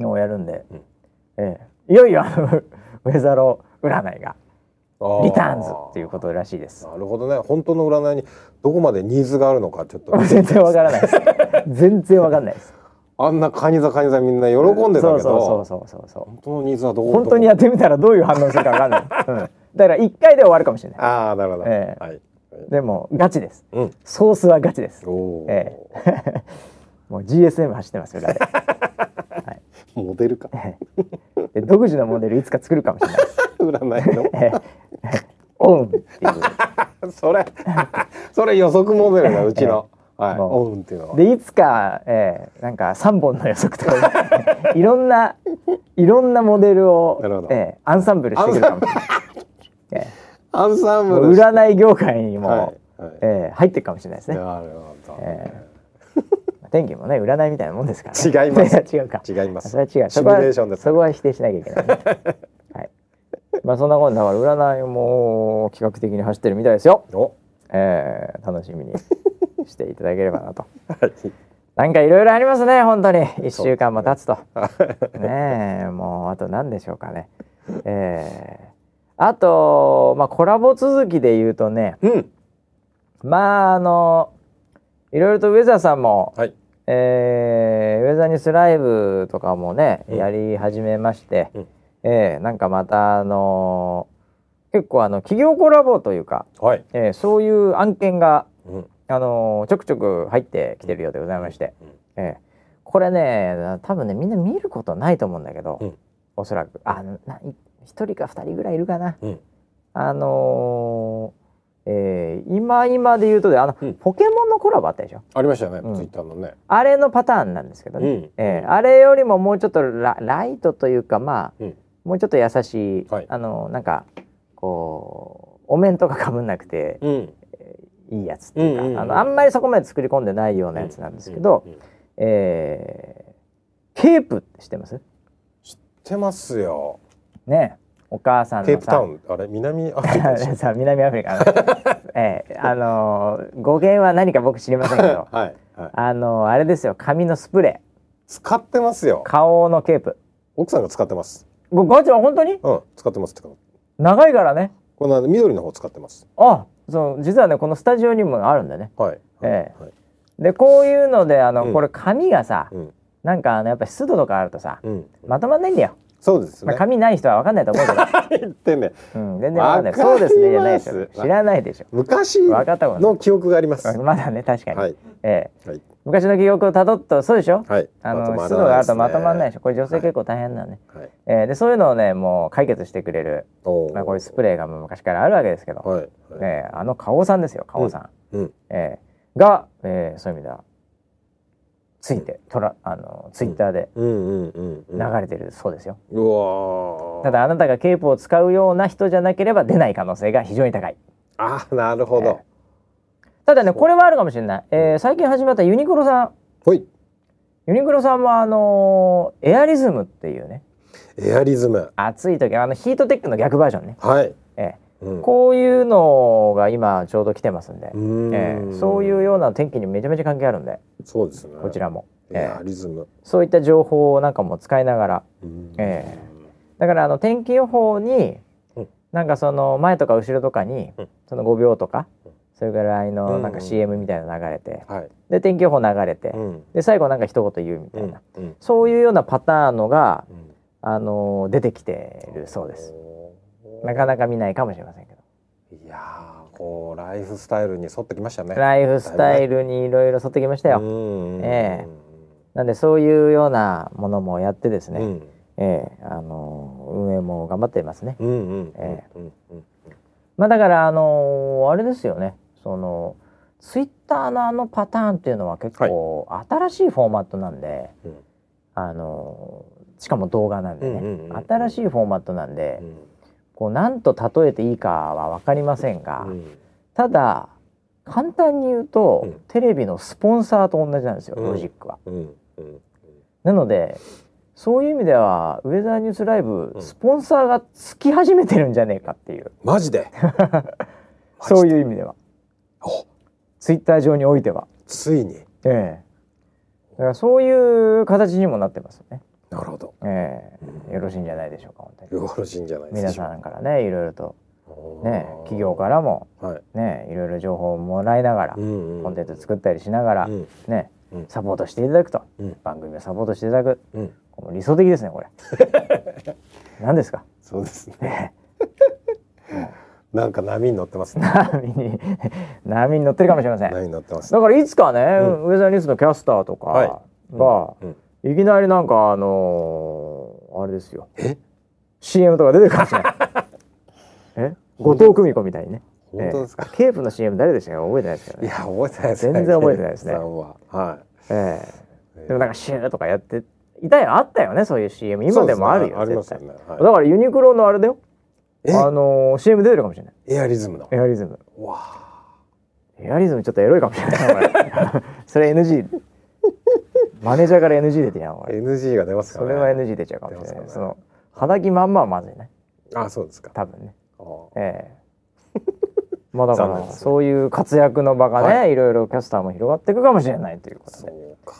Speaker 1: のをやるんで、
Speaker 2: うん
Speaker 1: ええいよいよあのウェザロ占いが
Speaker 2: あ
Speaker 1: リターンズっていうことらしいです。
Speaker 2: なるほどね本当の占いにどこまでニーズがあるのかちょっと
Speaker 1: (laughs) 全然わからない
Speaker 2: (laughs)
Speaker 1: です。全然わかんないです。
Speaker 2: あんなカニ座カニ座みんな喜んでたけ
Speaker 1: そ
Speaker 2: ど
Speaker 1: うそうそうそうそう
Speaker 2: 本当のニーズはど
Speaker 1: そう。
Speaker 2: こ
Speaker 1: 本当にやってみたらどういう反応するかわかん
Speaker 2: (laughs)
Speaker 1: ない。うんだから一回で終わるかもしれない。
Speaker 2: ああなるほど、
Speaker 1: ええ
Speaker 2: はい、
Speaker 1: でもガチです。
Speaker 2: うん
Speaker 1: ソースはガチです。
Speaker 2: お
Speaker 1: え
Speaker 2: ー
Speaker 1: え (laughs) もう GSM 走ってますよ。
Speaker 2: (laughs)
Speaker 1: 誰
Speaker 2: モデルか (laughs)
Speaker 1: で独自のモデルいつか作るかもしれないです。
Speaker 2: 占いの
Speaker 1: (laughs) ええオンっていう
Speaker 2: それ (laughs) それ予測モデルだうちの、はい
Speaker 1: も
Speaker 2: オウンっていうのは
Speaker 1: でいつか、えー、なんか3本の予測とか
Speaker 2: (laughs)
Speaker 1: いろんないろんなモデルを
Speaker 2: なるほど、
Speaker 1: えーアンサンブルしてくるかもしれない。え
Speaker 2: アンサン
Speaker 1: ー
Speaker 2: ブ
Speaker 1: も
Speaker 2: ル
Speaker 1: う占い業界にも、
Speaker 2: はいはい
Speaker 1: えー入ってるかもしれないですね。
Speaker 2: なるほど、
Speaker 1: え天気もね占いみたいなもんですから、
Speaker 2: 違います
Speaker 1: (laughs) 違うか。
Speaker 2: 違います
Speaker 1: それは違う。
Speaker 2: シ
Speaker 1: そ
Speaker 2: ミ
Speaker 1: こ
Speaker 2: ュ
Speaker 1: は
Speaker 2: レーションです
Speaker 1: そこは否定しなきゃいけない
Speaker 2: (laughs)
Speaker 1: ね、はい。まあそんなことでだから占いも企画的に走ってるみたいですよ。
Speaker 2: お
Speaker 1: えー、楽しみにしていただければな
Speaker 2: (laughs)
Speaker 1: と。
Speaker 2: はい
Speaker 1: なんかいろいろありますね、本当に。1週間も経つと。ねえ、もうあと何でしょうかね。えー、あと、まあコラボ続きで言うとね、
Speaker 2: うん
Speaker 1: まああの、いろいろとウェザーさんも、
Speaker 2: はい
Speaker 1: えーウェザーニュースライブとかもね、
Speaker 2: うん
Speaker 1: やり始めまして、
Speaker 2: うん
Speaker 1: えーなんかまたあのー結構あの企業コラボというか、
Speaker 2: はい
Speaker 1: えーそういう案件が
Speaker 2: うん
Speaker 1: あのーちょくちょく入ってきてるようでございまして、
Speaker 2: うん
Speaker 1: えーこれね多分ねみんな見ることないと思うんだけど、
Speaker 2: うん
Speaker 1: おそらくあな一人か二人ぐらいいるかな、
Speaker 2: うん
Speaker 1: あのーえー今今で言うとであの、
Speaker 2: うん
Speaker 1: ポケモンのコラボあったでしょ
Speaker 2: ありましたね、
Speaker 1: うん
Speaker 2: ツイッターのね
Speaker 1: あれのパターンなんですけど
Speaker 2: う
Speaker 1: ね、
Speaker 2: ん
Speaker 1: えーあれよりももうちょっとラライトというかまあ、
Speaker 2: うん
Speaker 1: もうちょっと優しい、
Speaker 2: はい
Speaker 1: あのなんかこうお面とかかぶんなくて
Speaker 2: うん
Speaker 1: いいやつっていうか、
Speaker 2: うんうんうん
Speaker 1: あのあんまりそこまで作り込んでないようなやつなんですけど、
Speaker 2: うんうんうん
Speaker 1: えーケープって知ってます
Speaker 2: 知ってますよ
Speaker 1: ねお母さんのさ
Speaker 2: ケープタウンあれ南アフリカで
Speaker 1: (laughs)
Speaker 2: し
Speaker 1: さ南アフリカの、えーあのー語源は何か僕知り (laughs) ませんけ
Speaker 2: た
Speaker 1: ど
Speaker 2: (laughs) はいはい
Speaker 1: あのーあれですよ髪のスプレ
Speaker 2: 使ってますよ
Speaker 1: ー顔のケープ
Speaker 2: 奥さんが使ってます
Speaker 1: ごガチは本当に
Speaker 2: うん使ってますってか
Speaker 1: 長いからね
Speaker 2: この緑の方使ってます
Speaker 1: あそう実はねこのスタジオにもあるんだね
Speaker 2: はいはい
Speaker 1: え
Speaker 2: はい
Speaker 1: でこういうのであの、
Speaker 2: うん
Speaker 1: これ髪がさ、
Speaker 2: うん
Speaker 1: なんかあのやっぱり湿度とかあるとさ、
Speaker 2: うん
Speaker 1: まとまんないんだよ、
Speaker 2: そうです
Speaker 1: まあ、
Speaker 2: ね
Speaker 1: 髪ない人は分かんないと思うけど、
Speaker 2: 言ってね
Speaker 1: うん、全然分かんない
Speaker 2: わかり
Speaker 1: そ
Speaker 2: ま
Speaker 1: う
Speaker 2: す
Speaker 1: ですねじゃないですよ知らないでしょ
Speaker 2: 昔
Speaker 1: 分かったことない
Speaker 2: の記憶がありますは
Speaker 1: まだね確か
Speaker 2: い
Speaker 1: に、
Speaker 2: はい
Speaker 1: ええ
Speaker 2: はい
Speaker 1: 昔の記憶をたどっとそうでしょ、
Speaker 2: はい
Speaker 1: あの
Speaker 2: まとまらない
Speaker 1: 湿度があるとまとまらないでしょ
Speaker 2: で
Speaker 1: これ女性結構大変なのね、
Speaker 2: すねはい
Speaker 1: ええでそういうのをねもう解決してくれる、
Speaker 2: おー
Speaker 1: まあ、こういうスプレーがもう昔からあるわけですけど、
Speaker 2: はいはい
Speaker 1: ええあの花王さんですよ花王さん、
Speaker 2: うん
Speaker 1: えーが、えーそういう意味ではついてトラあのツイッターで
Speaker 2: うんうんうんうん
Speaker 1: 流れてるそうですよ、
Speaker 2: うわー
Speaker 1: ただあなたがケープを使うような人じゃなければ出ない可能性が非常に高い
Speaker 2: あーなるほど
Speaker 1: ただねこれはあるかもしれない、えー最近始まったユニクロさん
Speaker 2: ほい
Speaker 1: ユニクロさんはあのーエアリズムっていうね
Speaker 2: エアリズム
Speaker 1: 暑い時あのヒートテックの逆バージョンね、
Speaker 2: はい
Speaker 1: え
Speaker 2: うん
Speaker 1: ーこういうのが今ちょうど来てますんで
Speaker 2: う、ーん
Speaker 1: えーそういうような天気にめちゃめちゃ関係あるんで
Speaker 2: そうですね
Speaker 1: こちらも、
Speaker 2: エ
Speaker 1: え
Speaker 2: ア
Speaker 1: ー
Speaker 2: リズム
Speaker 1: そういった情報なんかも使いながら
Speaker 2: うん
Speaker 1: えだからあの天気予報に、
Speaker 2: うん
Speaker 1: なんかその前とか後ろとかに、
Speaker 2: うん
Speaker 1: その5秒とか、
Speaker 2: うん
Speaker 1: それぐらい
Speaker 2: うんう
Speaker 1: の
Speaker 2: ん
Speaker 1: なんか CM みたいなの流れて、
Speaker 2: はい
Speaker 1: で天気予報流れて、
Speaker 2: うん
Speaker 1: で最後なんか一言言うみた
Speaker 2: う
Speaker 1: いな、
Speaker 2: んうん
Speaker 1: そういうようなパターンのが、
Speaker 2: うん
Speaker 1: あのー出てきてるそうです。
Speaker 2: おー
Speaker 1: なかなか見ないかもしれませんけど、
Speaker 2: いやーこうライフスタイルに沿ってきましたね。イ
Speaker 1: ライフスタイルにいろいろ沿ってきましたよ。えなんでそういうようなものもやってですね、
Speaker 2: うん
Speaker 1: ええあのー運営も頑張っていますね。
Speaker 2: うんうん
Speaker 1: え
Speaker 2: うんうん
Speaker 1: まあだからあのーあれですよねそのツイッターのあのパターンっていうのは結構新しいフォーマットなんで、
Speaker 2: うん
Speaker 1: あのーしかも動画なんでね、
Speaker 2: うんうんうんうん
Speaker 1: 新しいフォーマットなんで、
Speaker 2: うん
Speaker 1: こう何と例えていいかは分かりませんが、
Speaker 2: うん
Speaker 1: ただ簡単に言うと、
Speaker 2: うん
Speaker 1: テレビのスポンサーと同じなんですよ、
Speaker 2: うん
Speaker 1: ロジックは。
Speaker 2: うんうん
Speaker 1: なのでそういう意味ではウェザーニュースライブ、
Speaker 2: うん
Speaker 1: スポンサーがつき始めてるんじゃねえかっていう
Speaker 2: マジで
Speaker 1: (laughs) そう
Speaker 2: う
Speaker 1: いう意味では
Speaker 2: お
Speaker 1: ツイッター上においては。
Speaker 2: ついに
Speaker 1: ええ。だからそういう形にもなってますよね。
Speaker 2: なるほど
Speaker 1: ええ、よろしいんじゃないでしょうか本当に。
Speaker 2: よろしいんじゃないで
Speaker 1: 皆
Speaker 2: しょう
Speaker 1: さんからねいろいろと
Speaker 2: か。
Speaker 1: ね、企業からも、
Speaker 2: はい
Speaker 1: ね、いろいろ情報をもらいながら、
Speaker 2: うんうん
Speaker 1: コンテンツ作ったりしながら、
Speaker 2: うん
Speaker 1: ね
Speaker 2: うん
Speaker 1: サポートしていただくと、
Speaker 2: うん
Speaker 1: 番組をサポートしていただく
Speaker 2: うん
Speaker 1: これも理想的ですねこれ
Speaker 2: (laughs)
Speaker 1: 何ですか
Speaker 2: そうですね
Speaker 1: ね
Speaker 2: (laughs) なんか波に乗ってますね
Speaker 1: 波に波に乗ってるかもしれません
Speaker 2: 波に乗ってますね
Speaker 1: だからいつかね、
Speaker 2: ん
Speaker 1: ウェザーニュースのキャスターと
Speaker 2: は
Speaker 1: か
Speaker 2: い
Speaker 1: が、
Speaker 2: うん
Speaker 1: いきなりなんかあのーあれですよ
Speaker 2: え
Speaker 1: CM とか出てるかもし
Speaker 2: (laughs)
Speaker 1: れないえ後藤久美子みたいにね
Speaker 2: 本当ですか
Speaker 1: ええケープの CM 誰でしたか覚えてないですけど
Speaker 2: い
Speaker 1: ね、
Speaker 2: や覚えてないです
Speaker 1: 全然覚えてないですね
Speaker 2: ケンさんはは
Speaker 1: ええ
Speaker 2: い
Speaker 1: でもなんかシューとかやっていたよあったよねそういう CM 今でもあるよ
Speaker 2: そうで
Speaker 1: 絶
Speaker 2: す
Speaker 1: 対
Speaker 2: ねありますよね
Speaker 1: だからユニクロのあれだよ
Speaker 2: え
Speaker 1: あのー CM 出てるかもしれない
Speaker 2: はいエアリズムの
Speaker 1: エアリズム
Speaker 2: わ
Speaker 1: エアリズムちょっとエロいかもしれ (laughs) ないこれそれ NG マネージャーから NG 出てやんこ
Speaker 2: あ
Speaker 1: れ
Speaker 2: NG が出ますか
Speaker 1: そ
Speaker 2: ね
Speaker 1: れは NG 出ちゃうかもしれない、
Speaker 2: 出ます
Speaker 1: そ
Speaker 2: かね
Speaker 1: の肌着まんまはまずいね
Speaker 2: あそうですか
Speaker 1: 多分ね
Speaker 2: あー
Speaker 1: (laughs) ええまあだか
Speaker 2: 残念
Speaker 1: ら、
Speaker 2: ですね
Speaker 1: そういう活躍の場がね、、
Speaker 2: はい
Speaker 1: ろいろキャスターも広がっていくかもしれないということ
Speaker 2: そ
Speaker 1: で
Speaker 2: うか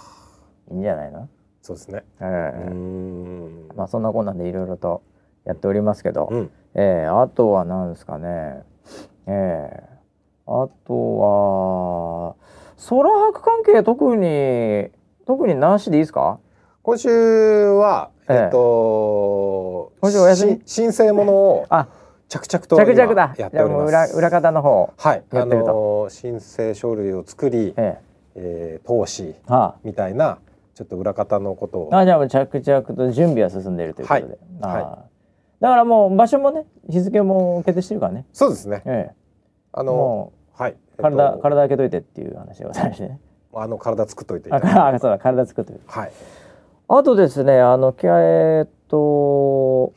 Speaker 1: いいんじゃないの、
Speaker 2: そうですね
Speaker 1: え
Speaker 2: う
Speaker 1: え
Speaker 2: ーん
Speaker 1: まあそんなこんなんでいろいろとやっておりますけど、
Speaker 2: うん
Speaker 1: ええあとは何ですかねええあとは空白関係特に特になしでいいですか
Speaker 2: 今週は
Speaker 1: ええ
Speaker 2: えっと
Speaker 1: 今週お休み
Speaker 2: し申請ものを
Speaker 1: あ
Speaker 2: 着々と
Speaker 1: 着々だ
Speaker 2: 今やっ
Speaker 1: じ
Speaker 2: て
Speaker 1: ゃあ
Speaker 2: おり
Speaker 1: もう
Speaker 2: ま
Speaker 1: 裏
Speaker 2: す
Speaker 1: 裏方の方
Speaker 2: はい
Speaker 1: や
Speaker 2: あ
Speaker 1: ってると
Speaker 2: の申請書類を作り
Speaker 1: ええ
Speaker 2: えー投資
Speaker 1: は
Speaker 2: みたいなちょっと裏方のことを
Speaker 1: ああじゃあもう着々と準備は進んでいるということで、ああ
Speaker 2: はい
Speaker 1: だからもう場所もね日付も決定してるからね、
Speaker 2: そうですね
Speaker 1: ええ、
Speaker 2: あの
Speaker 1: も
Speaker 2: はいえっ
Speaker 1: う
Speaker 2: と
Speaker 1: 体、体開けといてっていう話でございましてね
Speaker 2: あの体作っといてい
Speaker 1: あ
Speaker 2: ただいて
Speaker 1: からあそうだ体作ってる (laughs)
Speaker 2: はい
Speaker 1: あとですね、あの、きゃえーっと、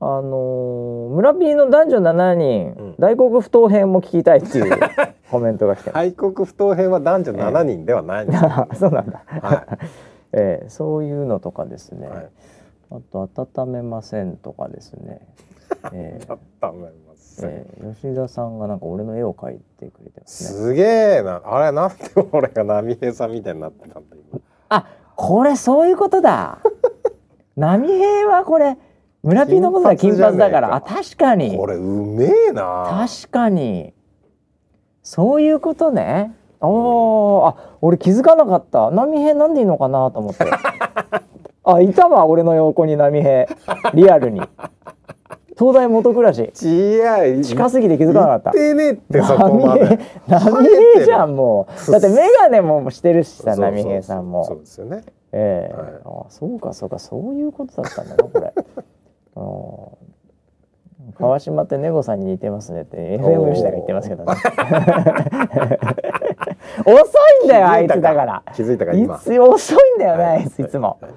Speaker 1: あのー、村ピーの男女7人、
Speaker 2: うん
Speaker 1: 大黒不当編も聞きたいって
Speaker 2: (laughs)
Speaker 1: いうコメントが来てます。
Speaker 2: 愛国不当編は男女7人ではないんで
Speaker 1: (laughs)
Speaker 2: す、
Speaker 1: そうなんだ、
Speaker 2: は
Speaker 1: えーそういうのとかですね、
Speaker 2: はい
Speaker 1: あと温めませんとかです
Speaker 2: (laughs)
Speaker 1: ね、え
Speaker 2: い
Speaker 1: ー
Speaker 2: だったと思います、
Speaker 1: えー吉田さんがなんか俺の絵を描いてくれてますね。
Speaker 2: すげえなあれなんで俺が波平さんみたいになってたんだ今
Speaker 1: あこれそういうこと
Speaker 2: (laughs)
Speaker 1: だ波平はこれ村ピーのことは金髪だからあ
Speaker 2: 金
Speaker 1: 確かに
Speaker 2: これうめえな
Speaker 1: 確かにそういうことねおーあ俺気づかなかった波平なんでいいのかなと思って
Speaker 2: (laughs)
Speaker 1: あいたわ俺の横に波平リアルに東大元暮らし
Speaker 2: ちやい
Speaker 1: 近すぎて気づかなかった
Speaker 2: 言ってねえってそこま
Speaker 1: 波平
Speaker 2: で
Speaker 1: 波平じゃんもうだって眼鏡もしてるしさ波平さん
Speaker 2: そう
Speaker 1: も
Speaker 2: ですよね
Speaker 1: ええ
Speaker 2: はい
Speaker 1: あそうかそうかそういうことだったんだなこ
Speaker 2: (laughs)
Speaker 1: れうん川島ってネゴさんに似てますねって FM 吉田が言ってますけどね (laughs) 遅いんだよあいつだから
Speaker 2: 気づいたか
Speaker 1: い
Speaker 2: 今
Speaker 1: つ遅いんだよね、
Speaker 2: はい
Speaker 1: あいついつも、
Speaker 2: そ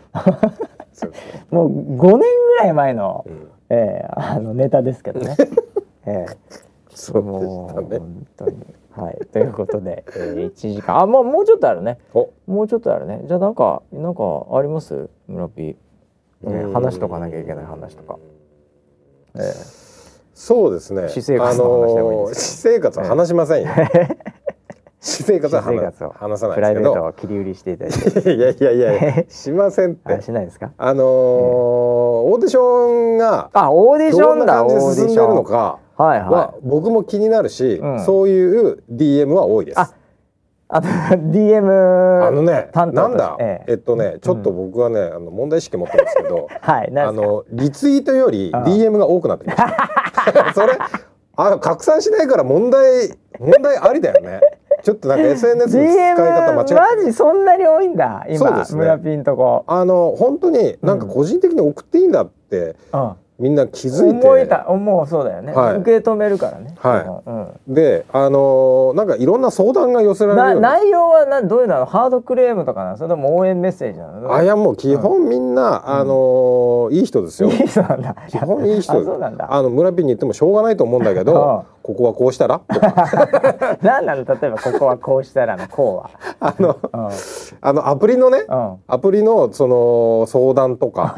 Speaker 2: うですね
Speaker 1: もう5年ぐらい前の、
Speaker 2: うん
Speaker 1: ええあのネタですけど
Speaker 2: (laughs)
Speaker 1: ねええ
Speaker 2: そう
Speaker 1: もう
Speaker 2: でしたね
Speaker 1: 本当にはいということで、ええ1時間あもうもうちょっとあるね
Speaker 2: お
Speaker 1: もうちょっとあるね。じゃあなんかなんかあります村ピー、え
Speaker 2: うん
Speaker 1: ー、話しとかなきゃいけない話とか。えー
Speaker 2: そうですね
Speaker 1: 私生活の話でもいい
Speaker 2: あのー
Speaker 1: で
Speaker 2: 私生活は話しませんよ私生活は
Speaker 1: 私生
Speaker 2: 話
Speaker 1: 活を
Speaker 2: 話さない
Speaker 1: プ
Speaker 2: で
Speaker 1: ライ
Speaker 2: すけ
Speaker 1: ベート
Speaker 2: ど
Speaker 1: を切り売りしていただいて。
Speaker 2: いやいやいやいやしませんっ
Speaker 1: (laughs) あ
Speaker 2: て
Speaker 1: しないですか。
Speaker 2: あのーオーディションが
Speaker 1: あオーディシ
Speaker 2: ど
Speaker 1: ョ
Speaker 2: ん
Speaker 1: ン
Speaker 2: な
Speaker 1: だ
Speaker 2: 感
Speaker 1: オー
Speaker 2: じ
Speaker 1: デ
Speaker 2: で
Speaker 1: ィ
Speaker 2: 進ん
Speaker 1: シ
Speaker 2: でる
Speaker 1: ョ
Speaker 2: の
Speaker 1: ン。
Speaker 2: か
Speaker 1: はい
Speaker 2: は
Speaker 1: はい。
Speaker 2: 僕も気になるし、
Speaker 1: うん
Speaker 2: そういう DM は多いです。
Speaker 1: ああと DM
Speaker 2: あのね、な
Speaker 1: 担当と
Speaker 2: んだ、
Speaker 1: え
Speaker 2: え
Speaker 1: え
Speaker 2: っとね、ちょっと僕はね、あの問題意識持ってるんですけど、
Speaker 1: はい
Speaker 2: あ
Speaker 1: なんですか。
Speaker 2: のリツイートより
Speaker 1: ああ
Speaker 2: DM が多くなってきま
Speaker 1: (laughs)
Speaker 2: した。それ、あ拡散しないから問題問題ありだよね。ちょっとなんか SNS の使い
Speaker 1: DM
Speaker 2: 方間違って
Speaker 1: マ
Speaker 2: る。
Speaker 1: ジそんなに多いんだ
Speaker 2: そう
Speaker 1: 今
Speaker 2: ですね
Speaker 1: 村ピンとこ。
Speaker 2: あの本当になんか個人的に送っていいんだって
Speaker 1: うん。
Speaker 2: みんな気づいて。
Speaker 1: 思えたもうそうだよね、
Speaker 2: はい
Speaker 1: 受け止めるからね。
Speaker 2: はい
Speaker 1: 基本うん。
Speaker 2: で、あのなんかいろんな相談が寄せられるよ
Speaker 1: な
Speaker 2: うになって
Speaker 1: 内容はなどういうのなのハードクレームとかなのそれとも応援メッセージなの
Speaker 2: あいやもう基本みんな、あのーいい人です
Speaker 1: (laughs)
Speaker 2: よ。
Speaker 1: いい人なんだ
Speaker 2: 基本いい人
Speaker 1: あそうなんだ
Speaker 2: あの村ピに言ってもしょうがないと思うんだけ
Speaker 1: ああ
Speaker 2: ど、ここはこうしたらとか
Speaker 1: 何なの例えばここはこうしたらのこ
Speaker 2: あの
Speaker 1: うは
Speaker 2: あのアプリのね
Speaker 1: う、ん、うん、
Speaker 2: アプリのその相談
Speaker 1: (laughs)
Speaker 2: とか